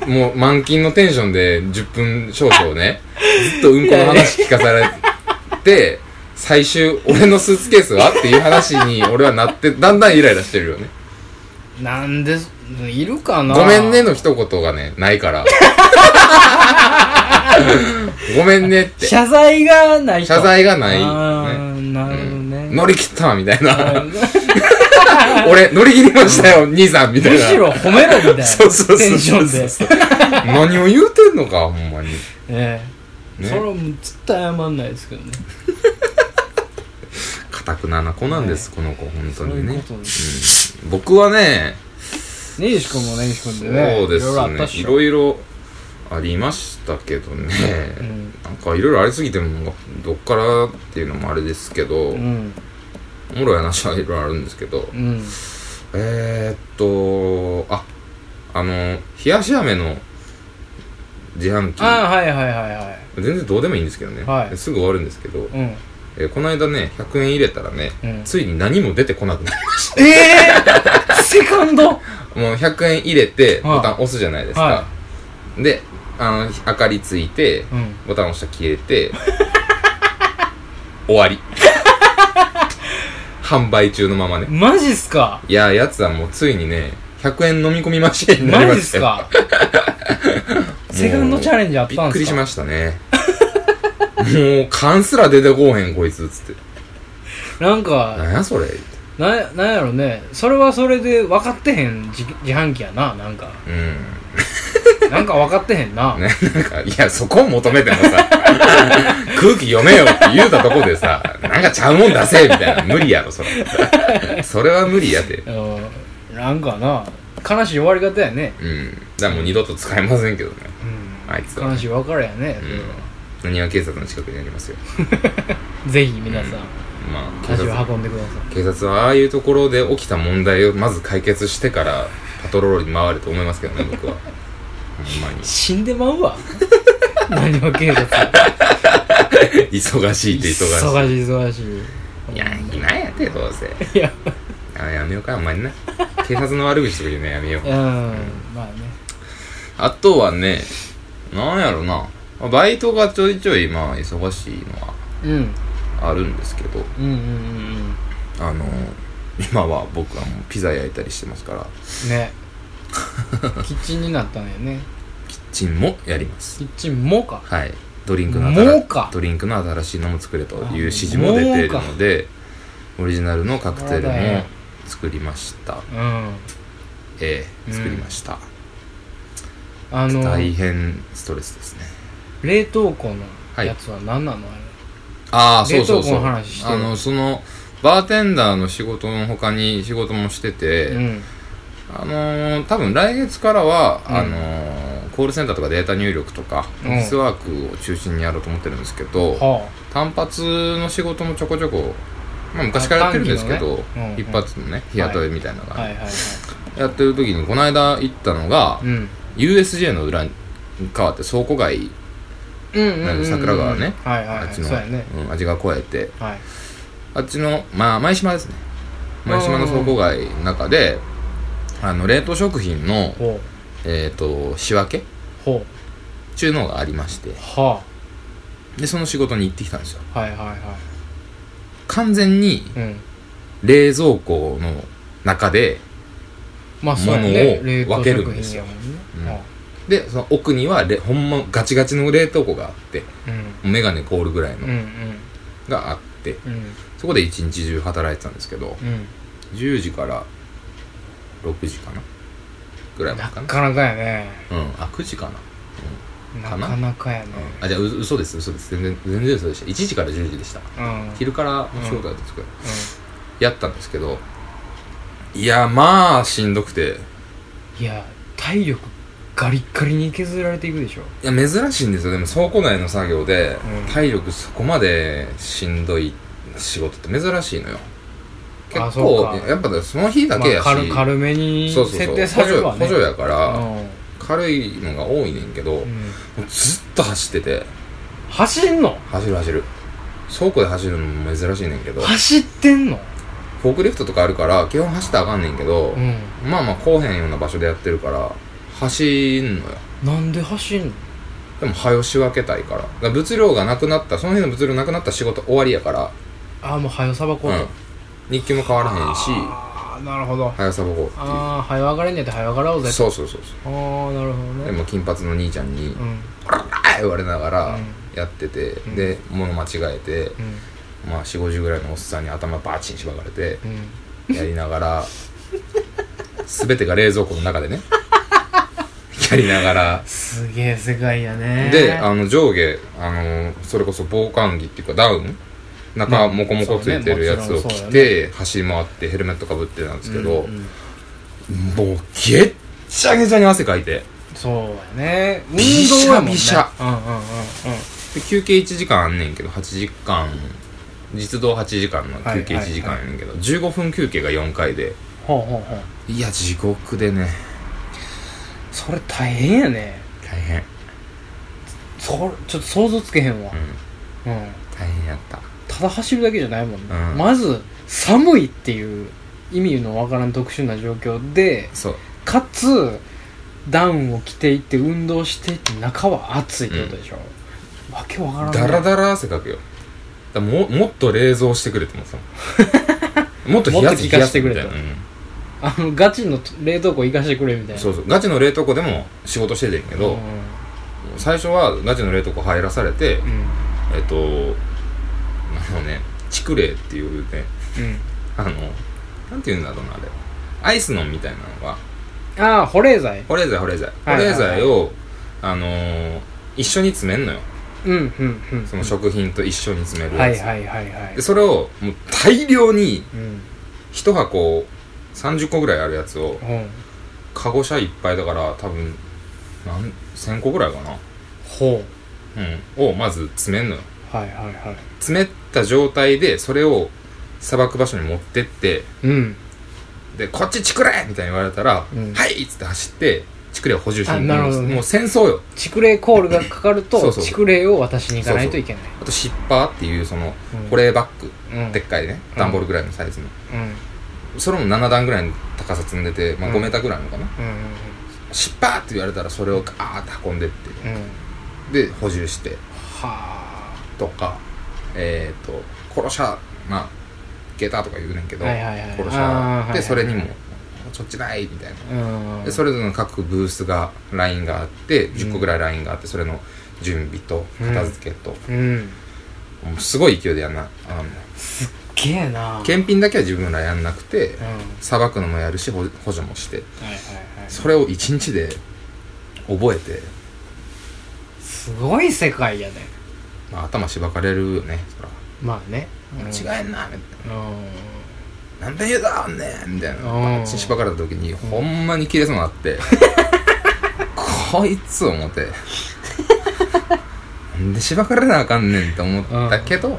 Speaker 1: もう満勤のテンションで10分少々ね、ずっとうんこの話聞かされて、最終、俺のスーツケースはっていう話に俺はなって、だんだんイライラしてるよね。
Speaker 2: なんですいるかな
Speaker 1: ごめんねの一言がね、ないから。 [LAUGHS] ごめんねって。
Speaker 2: 謝罪がないと
Speaker 1: 謝罪がない。
Speaker 2: あ
Speaker 1: ね
Speaker 2: ーなるほどね、
Speaker 1: 乗り切ったわみたい
Speaker 2: あ
Speaker 1: な。
Speaker 2: ー
Speaker 1: [LAUGHS] 俺、乗り切りましたよ、兄さんみたい
Speaker 2: む
Speaker 1: な。
Speaker 2: しろ褒めろみたいなテン
Speaker 1: [LAUGHS]
Speaker 2: シ
Speaker 1: そうそうそうそう
Speaker 2: ョンで
Speaker 1: 何を言うてんのか、ほんまに。
Speaker 2: ええ
Speaker 1: ね
Speaker 2: それはもう絶対謝んないですけどね
Speaker 1: かたくなな子なんです、この子、本当
Speaker 2: そう
Speaker 1: に
Speaker 2: いう
Speaker 1: ね
Speaker 2: こ。とで
Speaker 1: うん僕はね、
Speaker 2: す根岸君も根岸君
Speaker 1: そ
Speaker 2: で
Speaker 1: う
Speaker 2: ね
Speaker 1: です
Speaker 2: いろいろあった
Speaker 1: ね
Speaker 2: っ。
Speaker 1: い
Speaker 2: しょ
Speaker 1: ろいろありましたけどね。
Speaker 2: うん
Speaker 1: なんかいろいろありすぎても、なんかどっからっていうのもあれですけど、
Speaker 2: う
Speaker 1: お
Speaker 2: ん
Speaker 1: もろい話はいろいろあるんですけど、
Speaker 2: うん
Speaker 1: えーっと、あ、あの、冷やし飴の自販機、
Speaker 2: ああはいはいはいはい
Speaker 1: 全然どうでもいいんですけどね、
Speaker 2: はい
Speaker 1: すぐ終わるんですけど、
Speaker 2: うん
Speaker 1: えーこの間ね、100円入れたらね、
Speaker 2: うん
Speaker 1: ついに何も出てこなくなる。
Speaker 2: ええー、セカンド
Speaker 1: [LAUGHS] もう100円入れて、
Speaker 2: はい
Speaker 1: ボタン押すじゃないですか。
Speaker 2: は
Speaker 1: で、あの、明かりついて、
Speaker 2: うん
Speaker 1: ボタン押したら消えて、 [LAUGHS] 終わり。 [LAUGHS] 販売中のままね。
Speaker 2: マジっすか
Speaker 1: いや、やつはもうついにね、100円飲み込みマシーンにな
Speaker 2: マ
Speaker 1: り
Speaker 2: ジ
Speaker 1: ま
Speaker 2: っ
Speaker 1: し
Speaker 2: す
Speaker 1: たよ。
Speaker 2: かセカンドチャレンジあったんす
Speaker 1: び
Speaker 2: か
Speaker 1: っくりしましたね。もう、缶すら出てこうへん、こいつ、つって。
Speaker 2: なんか
Speaker 1: なんやそれ。
Speaker 2: ななんやろねそれはそれで分かってへん自自販機やななんか
Speaker 1: うん。
Speaker 2: なんか分かってへんな、
Speaker 1: [LAUGHS] ね、なんか、いや、そこを求めてもさ、空気読めよって言うたとこでさ、なんかちゃうもん出せみたいな、無理やろ、それ。それは無理やで。
Speaker 2: うんなんかな悲しい終わり方やね、
Speaker 1: うん。だからもう二度と使えませんけどね、
Speaker 2: うん、
Speaker 1: あいつは。
Speaker 2: 悲しい別れやね、
Speaker 1: うん。なにわ警察の近くにありますよ。
Speaker 2: ぜひ皆さん、
Speaker 1: まあ、警
Speaker 2: 足
Speaker 1: 察
Speaker 2: を運んでくださ
Speaker 1: 警察はああいうところで起きた問題をまず解決してから、パトロールに回ると思いますけどね、僕は。ほんまに
Speaker 2: い。死んでまうわ [LAUGHS] 何も警察
Speaker 1: 忙しいって忙しい。
Speaker 2: 忙しい忙し
Speaker 1: いや、今やて、どうせ。
Speaker 2: いいや
Speaker 1: あやめようか、お前な。警察の悪口とか言うのやめよう
Speaker 2: う。んまあね
Speaker 1: あとはね、なんやろな。まあバイトがちょいちょい、まあ、忙しいのは
Speaker 2: うん
Speaker 1: あるんですけど、
Speaker 2: うんうんうんうん
Speaker 1: あの、今は僕はもうピザ焼いたりしてますから、
Speaker 2: [LAUGHS] ねキッチンになったんやね
Speaker 1: キッチンもやります。
Speaker 2: キッチンもか
Speaker 1: はい。ドリンクの
Speaker 2: もう
Speaker 1: 新
Speaker 2: か
Speaker 1: ドリンクの新しいのも作れという指示も出ているので、オリジナルのカクテル
Speaker 2: そうだ
Speaker 1: も
Speaker 2: ね
Speaker 1: 作りました。
Speaker 2: うん
Speaker 1: ええ、
Speaker 2: うん
Speaker 1: 作りました。
Speaker 2: あの
Speaker 1: 大変ストレスですね。
Speaker 2: 冷凍庫のやつは何なの、
Speaker 1: ああ、そうそうそう。
Speaker 2: 冷凍庫の話してる
Speaker 1: あの、その、バーテンダーの仕事の他に仕事もしてて、
Speaker 2: あれうん
Speaker 1: あのー多分来月からは、
Speaker 2: うん
Speaker 1: あのーコールセンターとかデータ入力とか、
Speaker 2: うん
Speaker 1: オフィスワークを中心にやろうと思ってるんですけど、
Speaker 2: は
Speaker 1: 単発の仕事もちょこちょこ、まあ、昔からやってるんですけど、
Speaker 2: あ短期のねうん
Speaker 1: 一発のね日雇いみたいなの
Speaker 2: あ
Speaker 1: が、
Speaker 2: はいはいはい
Speaker 1: やってる時にこの間行ったのが、
Speaker 2: うん
Speaker 1: USJ の裏側って倉庫街、
Speaker 2: うんうんうん、うん、
Speaker 1: 桜川ね
Speaker 2: はいはい、は
Speaker 1: あっ
Speaker 2: い、
Speaker 1: ち
Speaker 2: そう
Speaker 1: の、
Speaker 2: やね
Speaker 1: うん、味が超えて
Speaker 2: はい
Speaker 1: あっちの、まあ、前島ですね前島の倉庫街の中であの冷凍食品の、
Speaker 2: ほ
Speaker 1: えー、と仕分け
Speaker 2: うほう
Speaker 1: 中のがありまして
Speaker 2: は
Speaker 1: でその仕事に行ってきたんですよ
Speaker 2: あはいはいは
Speaker 1: 完全に
Speaker 2: いうん
Speaker 1: 冷蔵庫の中で
Speaker 2: まあそうや
Speaker 1: もの
Speaker 2: ね
Speaker 1: を
Speaker 2: 冷凍
Speaker 1: 分ける
Speaker 2: 食
Speaker 1: んです
Speaker 2: 品
Speaker 1: よ
Speaker 2: やもんね
Speaker 1: うんでその奥にはれほんまガチガチの冷凍庫があって
Speaker 2: うん
Speaker 1: メガネ凍るぐらい
Speaker 2: うん
Speaker 1: の
Speaker 2: うん
Speaker 1: があって
Speaker 2: うんうん
Speaker 1: そこで一日中働いてたんですけど
Speaker 2: うん
Speaker 1: 10時から6時かなぐらいま
Speaker 2: な
Speaker 1: でか
Speaker 2: か
Speaker 1: な
Speaker 2: なかやね
Speaker 1: うんあ9時かな、
Speaker 2: な
Speaker 1: かな
Speaker 2: かなかやね
Speaker 1: うん、あじゃあう嘘です嘘です全然全然嘘でした1時から10時でした
Speaker 2: うんうん
Speaker 1: 昼からお仕事だったんですけど、やったんですけどいやまあしんどくて
Speaker 2: いや体力ガリッガリに削られていくでしょ
Speaker 1: いや珍しいんですよでも倉庫内の作業で、
Speaker 2: うん
Speaker 1: 体力そこまでしんどい仕事って珍しいのよ
Speaker 2: あ
Speaker 1: 結
Speaker 2: そう
Speaker 1: 構
Speaker 2: か
Speaker 1: やっぱその日だけやし、
Speaker 2: まあ軽軽めに
Speaker 1: そうそうそ
Speaker 2: 設
Speaker 1: う
Speaker 2: 定
Speaker 1: 補
Speaker 2: され
Speaker 1: 助
Speaker 2: るわ
Speaker 1: 補
Speaker 2: ね
Speaker 1: 助やから、
Speaker 2: うん
Speaker 1: 軽いのが多いねんけど、も
Speaker 2: うん
Speaker 1: うずっと走ってて
Speaker 2: 走んの
Speaker 1: 走る走る倉庫で走るのも珍しいねんけど
Speaker 2: 走ってんの
Speaker 1: フォークリフトとかあるから基本走ったらあかんねんけど、
Speaker 2: うん
Speaker 1: まあまあこうへんような場所でやってるから走んのよ
Speaker 2: なんで走んの
Speaker 1: でも早仕分けたいからだから物量がなくなったその日の物量なくなった仕事終わりやから
Speaker 2: ああもう早さばこう
Speaker 1: う
Speaker 2: と
Speaker 1: ん、日給も変わらへんし
Speaker 2: ああなるほど
Speaker 1: 速さぼこうってい
Speaker 2: ああ早上がれんねやったら早上がろう
Speaker 1: う
Speaker 2: ぜ
Speaker 1: そうそうそうそ
Speaker 2: ああなるほど
Speaker 1: う
Speaker 2: ね
Speaker 1: でも金髪の兄ちゃんに
Speaker 2: うん
Speaker 1: 「こらーい言われながらやってて、
Speaker 2: ん
Speaker 1: で物間違えて、まあ4 5 0ぐらいのおっさんに頭バチンしばかれて
Speaker 2: うんうん
Speaker 1: やりなが
Speaker 2: [LAUGHS]
Speaker 1: ら全てが冷蔵庫の中でねやりながら
Speaker 2: すげえ世界やね
Speaker 1: であの上下あのそれこそ防寒着っていうかダウン中モコモコついてるやつを
Speaker 2: そうねもちろん
Speaker 1: 着
Speaker 2: そう
Speaker 1: て、走り回ってヘルメットかぶってたんですけど、もうげっちゃげちゃに汗かいて
Speaker 2: そうやね運
Speaker 1: びし
Speaker 2: 動
Speaker 1: ゃ
Speaker 2: やもんね
Speaker 1: びしゃ
Speaker 2: うんうんうんうん
Speaker 1: で休憩1時間あんねんけど8時間実働8時間の休憩1時間やねんけど、15分休憩が4回で
Speaker 2: ほうほうほう
Speaker 1: いや地獄でね
Speaker 2: それ大変やね
Speaker 1: 大変
Speaker 2: それちょっと想像つけへんわ
Speaker 1: う、ん
Speaker 2: うん、
Speaker 1: 大変やった
Speaker 2: ただ走るだけじゃないもんね、
Speaker 1: うん
Speaker 2: まず寒いっていう意味のわからん特殊な状況で
Speaker 1: そう
Speaker 2: かつダウンを着ていって運動していって中は暑いってことでしょ、わけわからんね
Speaker 1: ダラダラ汗かくよだからももっと冷蔵してくれてもさ
Speaker 2: [LAUGHS]
Speaker 1: もっと冷やす
Speaker 2: もっと効かしてくれと
Speaker 1: 冷やすみたいな
Speaker 2: あのガチの冷凍庫行かしてくれみた
Speaker 1: うん
Speaker 2: いな
Speaker 1: そううそうガチの冷凍庫でも仕事しててんけど、最初はガチの冷凍庫入らされて、
Speaker 2: んうん
Speaker 1: えっとあのねチクレイっていうねあのなんて言うんだろうなあれアイスのみたいなのが
Speaker 2: うん、ああ保冷剤
Speaker 1: 保冷剤保冷剤保
Speaker 2: はいはいは
Speaker 1: 冷
Speaker 2: い
Speaker 1: 剤をあのー一緒に詰めんのよ
Speaker 2: うんうんうん
Speaker 1: その食品と一緒に詰める
Speaker 2: は
Speaker 1: や
Speaker 2: い
Speaker 1: つ、
Speaker 2: はいはいはい
Speaker 1: でそれをもう大量に
Speaker 2: うん
Speaker 1: 一箱30個ぐらいあるやつを
Speaker 2: うん
Speaker 1: カゴ車いっぱいだから多分何1000個ぐらいかな
Speaker 2: ほ
Speaker 1: うんをまず詰めんのよ
Speaker 2: うはいはいはい
Speaker 1: 詰めた状態でそれを砂漠場所に持ってって
Speaker 2: うん
Speaker 1: でこっちチクレみたいに言われたら「
Speaker 2: うん
Speaker 1: はい!」っつって走ってチクレを補充し
Speaker 2: あ
Speaker 1: に
Speaker 2: なるほどね
Speaker 1: もう戦争よ
Speaker 2: チクレイコールがかかると
Speaker 1: そうそう
Speaker 2: チクレイを渡しに行かないといけない
Speaker 1: あとシッパーっていうその
Speaker 2: うん
Speaker 1: 保冷バッグ
Speaker 2: うん
Speaker 1: でっかいね
Speaker 2: うん
Speaker 1: 段ボールぐらいのサイズの
Speaker 2: うん
Speaker 1: それも7段ぐらいの高さ積んでて、まあ、
Speaker 2: うん
Speaker 1: 5メーターぐらいのかな、
Speaker 2: うん
Speaker 1: シッパーって言われたらそれをガーッて運んでっ
Speaker 2: うんうん
Speaker 1: てで補充して
Speaker 2: は
Speaker 1: とかえっ、と殺しゃまあゲタとか言うねんけど、
Speaker 2: はいはいはい
Speaker 1: 殺し
Speaker 2: あーはい
Speaker 1: ゃ
Speaker 2: はい
Speaker 1: でそれにも「そっちない」みたいな
Speaker 2: あうん
Speaker 1: でそれぞれの各ブースがラインがあって10個ぐらいラインがあってそれの準備と片付けと、
Speaker 2: うん
Speaker 1: もうすごい勢いでやんなあの
Speaker 2: げえなうん
Speaker 1: 検品だけは自分らやんなくて、
Speaker 2: はい
Speaker 1: さばくのもやるし補補助もして
Speaker 2: はいはい
Speaker 1: それを一日で覚えて、
Speaker 2: すごい世界やね
Speaker 1: まあ、頭しばかれるよねそら
Speaker 2: まあね
Speaker 1: 間違えんなみたい
Speaker 2: うん
Speaker 1: ななんで言うだおんねんみたいな
Speaker 2: うん
Speaker 1: あっちにしばかれた時にほんまに切れそうになって
Speaker 2: [LAUGHS]
Speaker 1: こいつ思ってなんでしばかれなあかんねんって思ったけど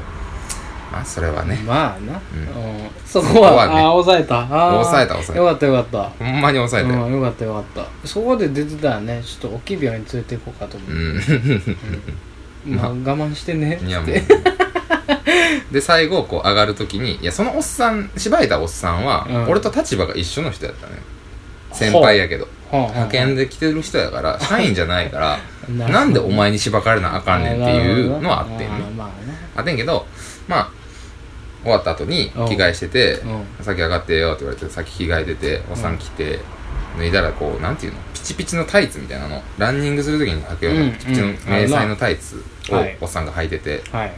Speaker 1: まあそれはね
Speaker 2: まあな
Speaker 1: うん
Speaker 2: うんそこは
Speaker 1: そこはね
Speaker 2: ああ抑えたあー
Speaker 1: 抑えた抑えた
Speaker 2: よかったよかっ
Speaker 1: ほ
Speaker 2: た
Speaker 1: んまに抑えて
Speaker 2: うんよかったよかったそこで出てたらねちょっと大きい病院に連れて行こうかと思
Speaker 1: う
Speaker 2: うんまあ我慢してね
Speaker 1: いや
Speaker 2: [LAUGHS]
Speaker 1: もうで最後こう上がるときにいやそのおっさん芝居たおっさんは、
Speaker 2: うん
Speaker 1: 俺と立場が一緒の人やったね先輩やけど
Speaker 2: 派
Speaker 1: 派遣で来てる人やから社員じゃないから
Speaker 2: なるほど
Speaker 1: なんでお前にしばかれなあかんねんっていうのはあってんね
Speaker 2: あーまあね
Speaker 1: あってんけどまあ終わった後に着替えしてて
Speaker 2: う
Speaker 1: 「先上がってよ」って言われて先着替えてておっさん来て脱いだらこうなんていうのピチピチのタイツみたいなのランニングするときに履くよう
Speaker 2: うん
Speaker 1: なピチピチの迷彩のタイツ
Speaker 2: うん
Speaker 1: を
Speaker 2: はい
Speaker 1: おっさんが履いてて
Speaker 2: はい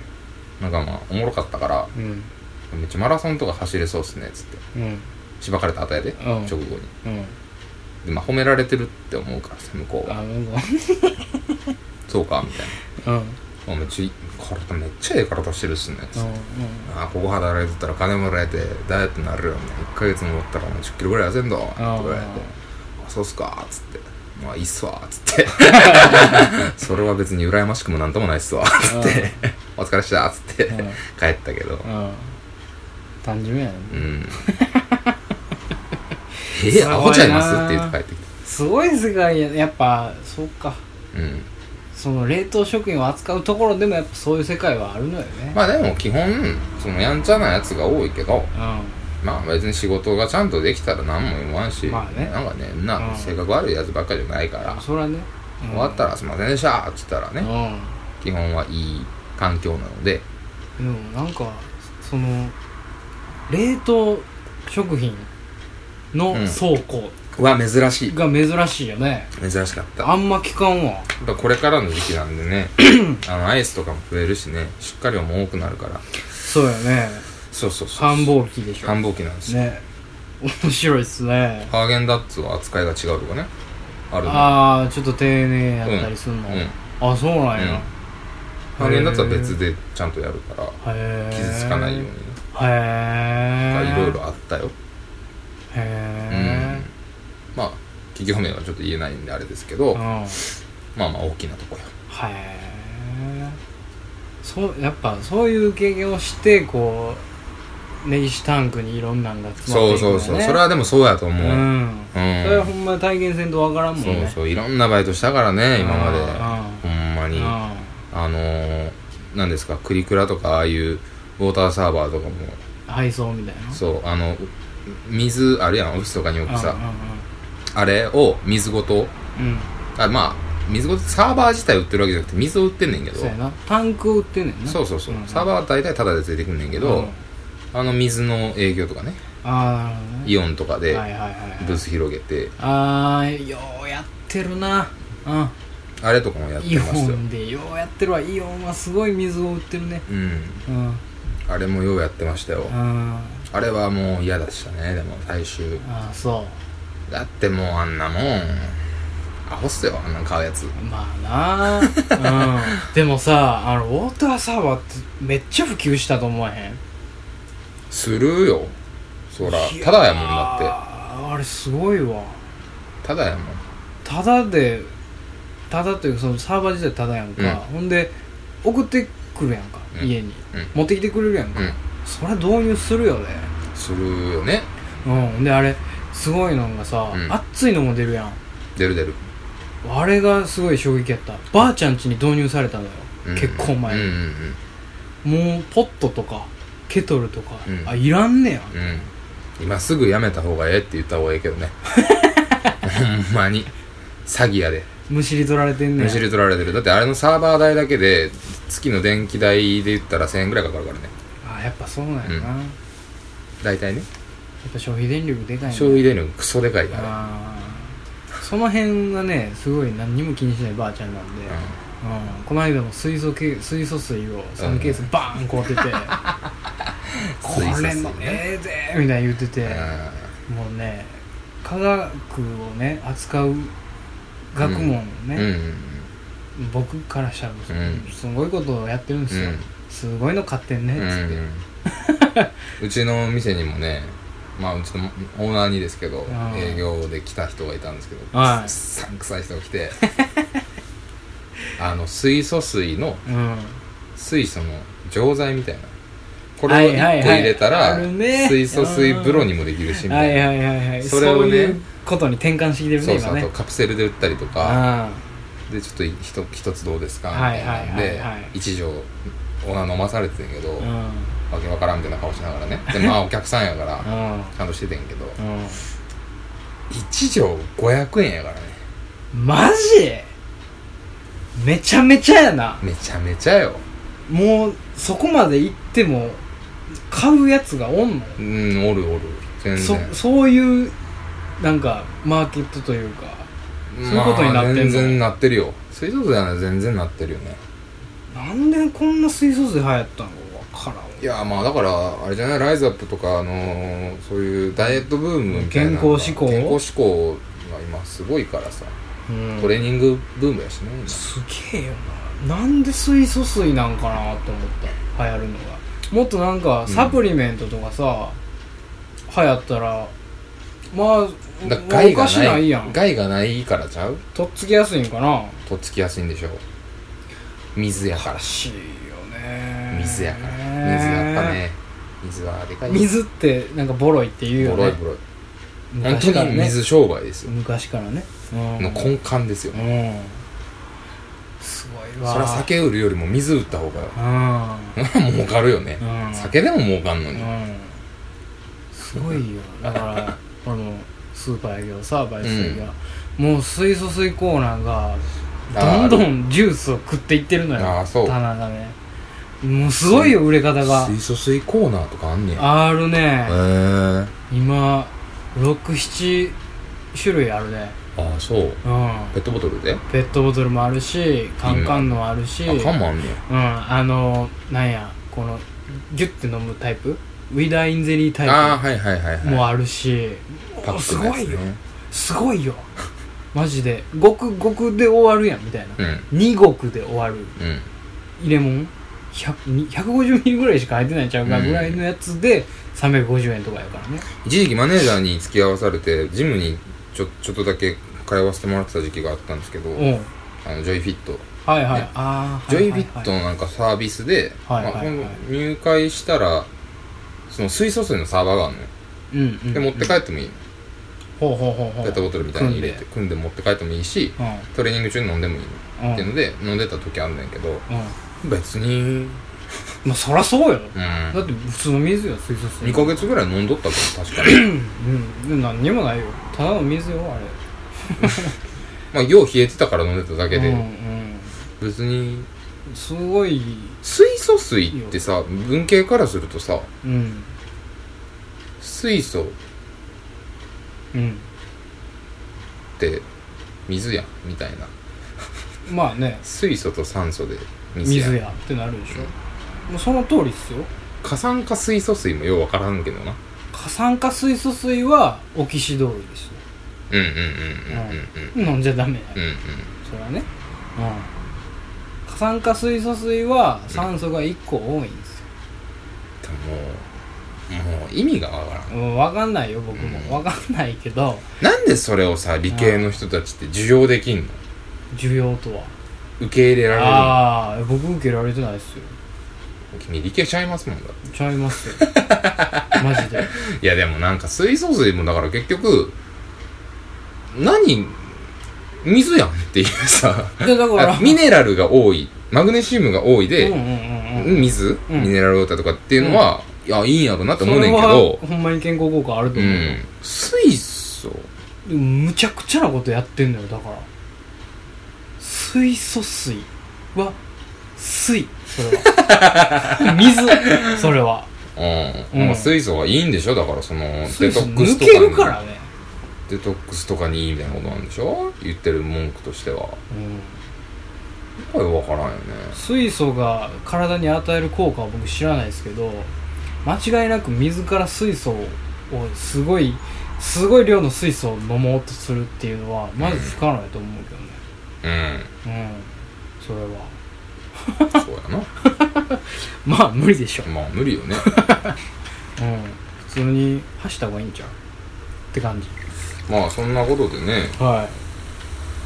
Speaker 1: なんかまあおもろかったから
Speaker 2: うん
Speaker 1: めっちゃマラソンとか走れそうっすねっつって
Speaker 2: うん
Speaker 1: しばかれた後やで、
Speaker 2: ん
Speaker 1: 直後に
Speaker 2: うん
Speaker 1: でまあ褒められてるって思うからさ向こうは
Speaker 2: あ
Speaker 1: [LAUGHS]
Speaker 2: うん
Speaker 1: そうかみたい
Speaker 2: うんうん
Speaker 1: なあめっちゃいい体めっちゃええ体してるっすねっつって、
Speaker 2: う
Speaker 1: ああここ働いてたら金もらえてダイエットになるよね1ヶ月もおったら1 0キロぐらい痩せんだって言われて「あそうっすか」っつって「まあいいっすわ」っ
Speaker 2: [LAUGHS]
Speaker 1: つって「それは別に羨ましくもなんともないっすわ」っつって「お疲れっした」っつって
Speaker 2: うん
Speaker 1: 帰ったけど
Speaker 2: んうん単純やね
Speaker 1: うん
Speaker 2: [LAUGHS]
Speaker 1: えアホちゃいますって言って帰ってきて
Speaker 2: すごい世界やねやっぱそうか
Speaker 1: うん
Speaker 2: その冷凍食品を扱うところでもやっぱそういう世界はあるのよね
Speaker 1: まあでも基本そのやんちゃなやつが多いけど
Speaker 2: う
Speaker 1: まあ別に仕事がちゃんとできたら何も言わんし、
Speaker 2: まあね
Speaker 1: なんかねみん
Speaker 2: う
Speaker 1: なん性格悪いやつばっかりじゃないから、
Speaker 2: んそれはね
Speaker 1: 終わったら「すいませんでした」っつったらね、
Speaker 2: ね
Speaker 1: 基本はいい環境なので
Speaker 2: でもなんかその冷凍食品の
Speaker 1: うん
Speaker 2: 倉庫
Speaker 1: は珍しい
Speaker 2: が珍しいよね
Speaker 1: 珍しかったや
Speaker 2: あんま聞かんわ
Speaker 1: っぱこれからの時期なんで
Speaker 2: [COUGHS]
Speaker 1: ねあのアイスとかも増えるしね出荷量も多くなるから
Speaker 2: そうよね
Speaker 1: そうそうそう
Speaker 2: 繁忙期でしょ
Speaker 1: 繁忙期なんですよ、
Speaker 2: ね面白いっすね
Speaker 1: ハーゲンダッツは扱いが違うとかねあるの
Speaker 2: ああちょっと丁寧やったりすんの、
Speaker 1: うん
Speaker 2: あそうなんや、
Speaker 1: うんハーゲンダッツは別でちゃんとやるから
Speaker 2: へえ
Speaker 1: 傷つかないようにね
Speaker 2: へえ
Speaker 1: いろいろあったよ
Speaker 2: へ
Speaker 1: まあ企業名はちょっと言えないんであれですけ
Speaker 2: え
Speaker 1: ど
Speaker 2: うんへ
Speaker 1: まあまあ大きなとこよ
Speaker 2: えそうやっぱそういう経験をしてこう根岸タンクにいろんなんが詰ま
Speaker 1: そ
Speaker 2: って
Speaker 1: う
Speaker 2: いくん
Speaker 1: そう
Speaker 2: だね
Speaker 1: そうそれはでもそうやと思う
Speaker 2: う
Speaker 1: うん
Speaker 2: んそれはほんま体験せんとわからんもん
Speaker 1: そ
Speaker 2: ね
Speaker 1: うそういろんなバイトしたからね今まで
Speaker 2: う
Speaker 1: ほんま
Speaker 2: んう
Speaker 1: に
Speaker 2: ん
Speaker 1: あのー何ですかクリクラとかああいうウォーターサーバーとかも
Speaker 2: 配送みたいな
Speaker 1: そうあの水あるやんオフィスとかに置くさ
Speaker 2: う
Speaker 1: あれを水ごと
Speaker 2: んうんうんうん
Speaker 1: あまあ水ごとサーバー自体売ってるわけじゃなくて水を売ってんねんけど
Speaker 2: そうやなタンクを売ってんねんな
Speaker 1: そうそうそう、
Speaker 2: ん
Speaker 1: サーバーは大体タダでついてくんねんけ
Speaker 2: う
Speaker 1: ど
Speaker 2: ん、
Speaker 1: あの水の営業とかね
Speaker 2: ああなるほどね
Speaker 1: イオンとかで
Speaker 2: はいはいはい
Speaker 1: ブース広げて
Speaker 2: ああようやってるなうん
Speaker 1: あれとかもやって
Speaker 2: イ
Speaker 1: まし
Speaker 2: オ
Speaker 1: たよ
Speaker 2: ンでようやってるわイオンはすごい水を売ってるね
Speaker 1: うん
Speaker 2: うん
Speaker 1: あれもようやってましたよ
Speaker 2: あ
Speaker 1: あれはもう嫌でしたねでも最終
Speaker 2: あそ
Speaker 1: だってもうあんなもんアホっすよあんなん買うやつ
Speaker 2: うまあなうんでもさあのウォーターサーバーってめっちゃ普及したと思わへん
Speaker 1: するよそら
Speaker 2: い
Speaker 1: タダやもんだ
Speaker 2: あーあれすごいわ
Speaker 1: ってタダやもん
Speaker 2: ただでただというかそのサーバー自体ただやんか、
Speaker 1: うん
Speaker 2: ほんで送ってくるやんか、
Speaker 1: うん
Speaker 2: 家に、
Speaker 1: うん
Speaker 2: 持ってきてくれるやんか、
Speaker 1: うん
Speaker 2: それ導入するよね
Speaker 1: するよね
Speaker 2: うんであれすごいのがさ、
Speaker 1: うん
Speaker 2: 熱いのも出るやん
Speaker 1: 出る出る
Speaker 2: あれがすごい衝撃やったばあちゃん家に導入されたのよ、
Speaker 1: うん
Speaker 2: 結構前
Speaker 1: うん
Speaker 2: に、もうポットとかケトルとか、
Speaker 1: うん
Speaker 2: あいらんねや
Speaker 1: うんうんうん今すぐやめた方がええって言った方がええけど
Speaker 2: [LAUGHS]
Speaker 1: ねほんまに詐欺やで
Speaker 2: むしり取られてんね
Speaker 1: む
Speaker 2: や
Speaker 1: しり取られてるだってあれのサーバー代だけで月の電気代で言ったら1000円ぐらいかかるからね
Speaker 2: あやっぱそうなんやな、
Speaker 1: う
Speaker 2: や
Speaker 1: 大体ね
Speaker 2: っぱ消費電力でかいんだ
Speaker 1: 消費電力クソでかいから
Speaker 2: あーその辺がねすごい何にも気にしないばあちゃんなんで、うんこの間も水素け水素水を3ケースバーンこうやっ
Speaker 1: [LAUGHS]
Speaker 2: てて、これもええでみたいな言ってて、もうね科学をね扱う学問
Speaker 1: うん
Speaker 2: ね、僕からしたらす,、
Speaker 1: うん
Speaker 2: ごいことをやってるんですよ、
Speaker 1: うん
Speaker 2: すごいの買ってんねっ
Speaker 1: うんう
Speaker 2: つって、 [LAUGHS]
Speaker 1: んうんうちの店にもねまあうちのオーナーにですけど
Speaker 2: ん
Speaker 1: 営業で来た人がいたんですけど
Speaker 2: はいう
Speaker 1: っさんくさい人が来て [LAUGHS] あの水素水の
Speaker 2: うん
Speaker 1: 水素の錠剤みたいなこれを
Speaker 2: はいはい
Speaker 1: 1個
Speaker 2: はい
Speaker 1: 入れた
Speaker 2: あ
Speaker 1: ら
Speaker 2: るね
Speaker 1: 水素水風呂にもできるしみ
Speaker 2: は
Speaker 1: たい
Speaker 2: い
Speaker 1: な
Speaker 2: はいはいはい
Speaker 1: それをね
Speaker 2: そういうことに転換してきてるね
Speaker 1: そうそ
Speaker 2: 今
Speaker 1: う
Speaker 2: ね
Speaker 1: そうカプセルで売ったりとか
Speaker 2: あ
Speaker 1: でちょっとひと一つどうですかみ
Speaker 2: は
Speaker 1: たい
Speaker 2: いはい
Speaker 1: なん
Speaker 2: はい
Speaker 1: で
Speaker 2: はい
Speaker 1: 一錠オーナー飲まされてたんやけど
Speaker 2: あうん
Speaker 1: わけわからんみたいな顔しながらねで
Speaker 2: [LAUGHS]
Speaker 1: まあお客さんやから
Speaker 2: うん
Speaker 1: ちゃんとしててんやけど
Speaker 2: う
Speaker 1: 一錠500円やからね
Speaker 2: んマジめちゃめちゃやな
Speaker 1: めちゃめちゃよ
Speaker 2: もうそこまで行っても買うやつがおんの
Speaker 1: うんおるおる全
Speaker 2: そ
Speaker 1: 然
Speaker 2: そういうなんかマーケットというかそういうことになってんの
Speaker 1: まあ全然なってるよ水素水はね全然なってるよね
Speaker 2: なんでこんな水素水流行ったのか分からん
Speaker 1: いやまあだからあれじゃないライズアップとかあのーそういうダイエットブームみたいなのが
Speaker 2: 健康志向
Speaker 1: 健康志向が今すごいからさ
Speaker 2: うん
Speaker 1: トレーニングブームやしね今
Speaker 2: すげえよななんで水素水なんかなと思った流行るのがもっとなんかサプリメントとかさ、流行ったらまあ
Speaker 1: だから害
Speaker 2: おか
Speaker 1: が
Speaker 2: しな
Speaker 1: ないい
Speaker 2: やん
Speaker 1: 害がないからちゃう
Speaker 2: とっつきやすいんかな
Speaker 1: とっつきやすいんでしょう水やから
Speaker 2: らしいよね
Speaker 1: 水やから水やっぱね水はでかい
Speaker 2: 水ってなんかボロいって言うよね
Speaker 1: ボロいボロい本
Speaker 2: 昔か
Speaker 1: 当
Speaker 2: ら
Speaker 1: に
Speaker 2: ね
Speaker 1: 水商売ですよ
Speaker 2: 昔からねうん
Speaker 1: の根幹ですよ
Speaker 2: うんすごいわ
Speaker 1: それは酒売るよりも水売った方が
Speaker 2: う
Speaker 1: 儲かるよね
Speaker 2: ん、
Speaker 1: [LAUGHS]
Speaker 2: うん、
Speaker 1: 酒でも儲かんの
Speaker 2: う
Speaker 1: に
Speaker 2: んすごいよだから俺もスーパーやけどさバイト先が、もう水素水コーナーがどんどんジュースを食っていってるのよ
Speaker 1: あーそう
Speaker 2: 棚がねもうすごいよ売れ方が
Speaker 1: 水素水コーナーとかあんねや
Speaker 2: あるね
Speaker 1: へえ
Speaker 2: 今67種類あるね
Speaker 1: ああそう
Speaker 2: うん
Speaker 1: ペットボトルで
Speaker 2: ペットボトルもあるしカンカンのもあるし
Speaker 1: あ缶もあんねや
Speaker 2: うんあのなんやこのギュッて飲むタイプウィダーインゼリータ
Speaker 1: ああ
Speaker 2: イ
Speaker 1: はいはいはいはい
Speaker 2: プもあるし、
Speaker 1: パ
Speaker 2: お
Speaker 1: ッ
Speaker 2: す
Speaker 1: クのや
Speaker 2: ご
Speaker 1: つ
Speaker 2: いよ
Speaker 1: ね
Speaker 2: すごいよマジでごくごくで終わるやんみたいな
Speaker 1: うん
Speaker 2: 二国で終わる
Speaker 1: うん
Speaker 2: 入れ物150ミリぐらいしか入ってないんちゃうか
Speaker 1: うん
Speaker 2: ぐらいのやつで350円とかやからね
Speaker 1: 一時期マネージャーに付き合わされてジムにちょちょっとだけ通わせてもらってた時期があったんですけど
Speaker 2: うん
Speaker 1: あのジョイフィット
Speaker 2: はいはい、
Speaker 1: ね
Speaker 2: ああ
Speaker 1: ジョイフィットのなんかサービスで、
Speaker 2: はいはい
Speaker 1: まあ
Speaker 2: はい
Speaker 1: この入会したらその水素水のサーバーがあるのよ
Speaker 2: うんうんうん
Speaker 1: で持って帰ってもいいの
Speaker 2: ほうほうほうほう
Speaker 1: ペットボトルみたいに入れて組んで持って帰ってもいいし
Speaker 2: うん
Speaker 1: トレーニング中に飲んでもいいの
Speaker 2: うん
Speaker 1: っていうので飲んでた時あるんだけど
Speaker 2: うん
Speaker 1: 別に
Speaker 2: まあそらそうよ
Speaker 1: う
Speaker 2: だっ
Speaker 1: ん
Speaker 2: て普通の水よ水素水
Speaker 1: 2ヶ月ぐらい飲んどったから確かに
Speaker 2: うんで何にもないよただの水よあれ
Speaker 1: まあよう冷えてたから飲んでただけ
Speaker 2: うん
Speaker 1: で別に
Speaker 2: うんすごい
Speaker 1: 水素水ってさ文系からするとさ
Speaker 2: うん
Speaker 1: 水素っ
Speaker 2: うん
Speaker 1: て水やんみたいな
Speaker 2: まあね
Speaker 1: 水素と酸素で水やん
Speaker 2: 水やってなるでしょもうその通りっすよ
Speaker 1: 過酸化水素水もようわからんけどな
Speaker 2: 過酸化水素水はオキシドールですよ
Speaker 1: うんうんうんうんうん
Speaker 2: 飲んじゃダメだよ、
Speaker 1: うんうん
Speaker 2: それはねうん過酸化水素水は酸素が1個多いんですよ、
Speaker 1: でももう意味がわからん
Speaker 2: うん、分かんないよ僕も
Speaker 1: うん
Speaker 2: 分かんないけど
Speaker 1: なんでそれをさ理系の人たちって受容できんの
Speaker 2: 需要とは
Speaker 1: 受け入れられるの
Speaker 2: ああ僕受けられてないっすよ
Speaker 1: 君理系ちゃいますもんだって
Speaker 2: ちゃ
Speaker 1: [LAUGHS]
Speaker 2: いますよマジで
Speaker 1: いやでもなんか水素水もだから結局何水やんっていうさ
Speaker 2: でだから
Speaker 1: あミネラルが多いマグネシウムが多い
Speaker 2: うんう
Speaker 1: で、
Speaker 2: んうんうん
Speaker 1: 水、
Speaker 2: うん
Speaker 1: ミネラルウォーターとかっていうのは、いやいいんやろなって
Speaker 2: そ
Speaker 1: 思うね
Speaker 2: れ
Speaker 1: んけ
Speaker 2: は
Speaker 1: ど
Speaker 2: ほんまに健康効果あると
Speaker 1: う
Speaker 2: 思うよ、
Speaker 1: ん水素
Speaker 2: でもむちゃくちゃなことやってんのよだから水素水は水それ
Speaker 1: [LAUGHS]
Speaker 2: は水それは
Speaker 1: うん、
Speaker 2: うん
Speaker 1: まあ、水素はいいんでしょだからその
Speaker 2: 水
Speaker 1: デ
Speaker 2: 素
Speaker 1: トックス
Speaker 2: 抜
Speaker 1: と
Speaker 2: け
Speaker 1: かに
Speaker 2: るからね
Speaker 1: デトックスとかにいいみたいなことなんでしょ言ってる文句としては
Speaker 2: うん
Speaker 1: これ分からんよね
Speaker 2: 水素が体に与える効果は僕知らないですけど間違いなく水から水素をすごいすごい量の水素を飲もうとするっていうのはまず不可能だと思うけどね
Speaker 1: う
Speaker 2: うんそれは [LAUGHS]
Speaker 1: んそうやな
Speaker 2: まあ無理でしょ
Speaker 1: まあ無理よね
Speaker 2: うん普通に走った方がいいんちゃうって感じ
Speaker 1: まあそんなことでね
Speaker 2: は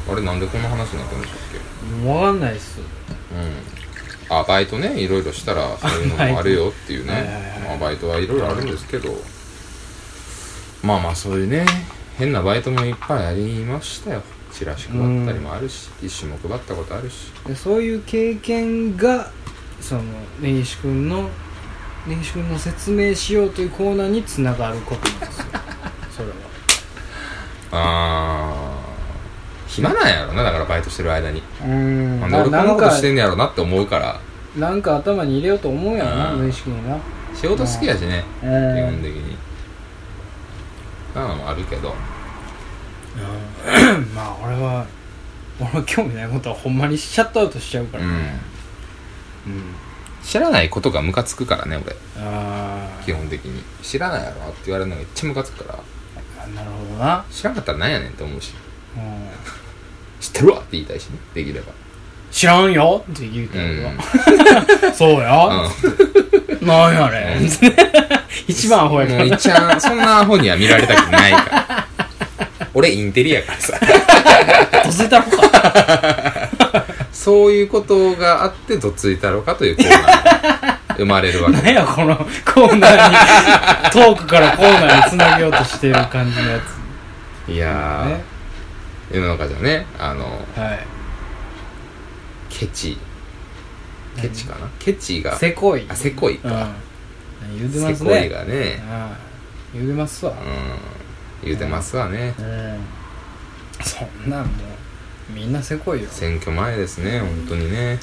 Speaker 1: あれなんでこんな話になったんでしたっ
Speaker 2: いわかんないっす
Speaker 1: けうんあバイトねいろいろしたらそういうのもあるよっていうね
Speaker 2: バイトは
Speaker 1: まあ、バイトは
Speaker 2: いはいはい
Speaker 1: いろいろあるんですけどまあまあそういうね変なバイトもいっぱいありましたよチラシ配ったりもあるし一種も配ったことあるし
Speaker 2: でそういう経験がその根岸君の根岸君の説明しようというコーナーにつながることなん [LAUGHS] ですよそれは
Speaker 1: あー暇なんやろなだからバイトしてる間に
Speaker 2: うん
Speaker 1: なんで俺こんなことしてんねやろなって思うから
Speaker 2: なんか頭に入れようと思うやろな
Speaker 1: うん
Speaker 2: 無意識にな
Speaker 1: 仕事好きやしね
Speaker 2: う
Speaker 1: 基
Speaker 2: ん
Speaker 1: 本的になのもあるけど
Speaker 2: うんまあ俺は俺は興味ないことはほんまにシャットアウトしちゃうか
Speaker 1: う
Speaker 2: ら
Speaker 1: ん
Speaker 2: うん
Speaker 1: 知らないことがムカつくからね俺
Speaker 2: あ
Speaker 1: 基本的に知らないやろって言われるのがめっちゃムカつくから
Speaker 2: あなるほどな
Speaker 1: 知らんかったらなんやねんって思うし
Speaker 2: うん
Speaker 1: 知ってるわって言いたいしねできれば
Speaker 2: 知らんよって言う
Speaker 1: う
Speaker 2: た
Speaker 1: ん
Speaker 2: 俺はそうよ
Speaker 1: う
Speaker 2: なんやねん一番アホや
Speaker 1: ん
Speaker 2: か
Speaker 1: もう
Speaker 2: ら
Speaker 1: いちゃんそんなアホには見られたくないから
Speaker 2: [LAUGHS]
Speaker 1: 俺インテリやからさ
Speaker 2: どついたろか
Speaker 1: そういうことがあってどついたろかというコーナー
Speaker 2: [LAUGHS]
Speaker 1: が生まれるわけ
Speaker 2: 何やこのコーナーにトークからコーナーにつなげようとしてる感じのやつ
Speaker 1: いや
Speaker 2: ね
Speaker 1: ー、世の中じゃね、あの、
Speaker 2: はい
Speaker 1: ケチ。ケチかなケチが、
Speaker 2: せこい
Speaker 1: あ、せこい
Speaker 2: うん
Speaker 1: か。
Speaker 2: 言うて
Speaker 1: せ
Speaker 2: ます
Speaker 1: こい
Speaker 2: ね
Speaker 1: がね、
Speaker 2: うん言うてますわ
Speaker 1: うん、言うてますわね。
Speaker 2: うんそんなんもうみんなせこいよ
Speaker 1: 選挙前ですね、本当にね。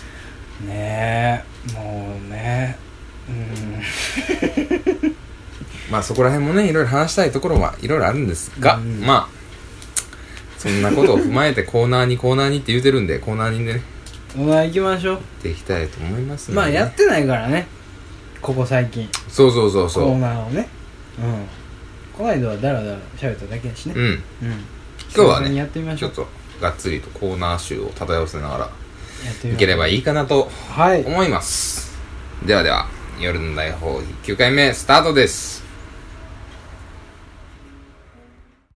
Speaker 2: ねえもうねうん
Speaker 1: まあそこら辺もね、いろいろ話したいところはいろいろあるんですが、
Speaker 2: うん
Speaker 1: まあ、そんなことを踏まえてコーナーにコーナーにって言うてるんでコーナーにね
Speaker 2: お前行きましょう、
Speaker 1: 行っていきたいと思いますので
Speaker 2: まあやってないからねここ最近
Speaker 1: そうそうそう
Speaker 2: コ
Speaker 1: そ
Speaker 2: ー
Speaker 1: う
Speaker 2: ナーをねうんこないだはダラダラ喋っただけやしね
Speaker 1: うん
Speaker 2: うん
Speaker 1: 今日はね
Speaker 2: 久々にやってみまし
Speaker 1: ち
Speaker 2: ょ
Speaker 1: ょ
Speaker 2: う
Speaker 1: っとがっつりとコーナー集を漂わせなが
Speaker 2: やって
Speaker 1: ら
Speaker 2: みましょう
Speaker 1: いければいいかなと
Speaker 2: はい
Speaker 1: 思いますではでは夜の大放棄9回目スタートです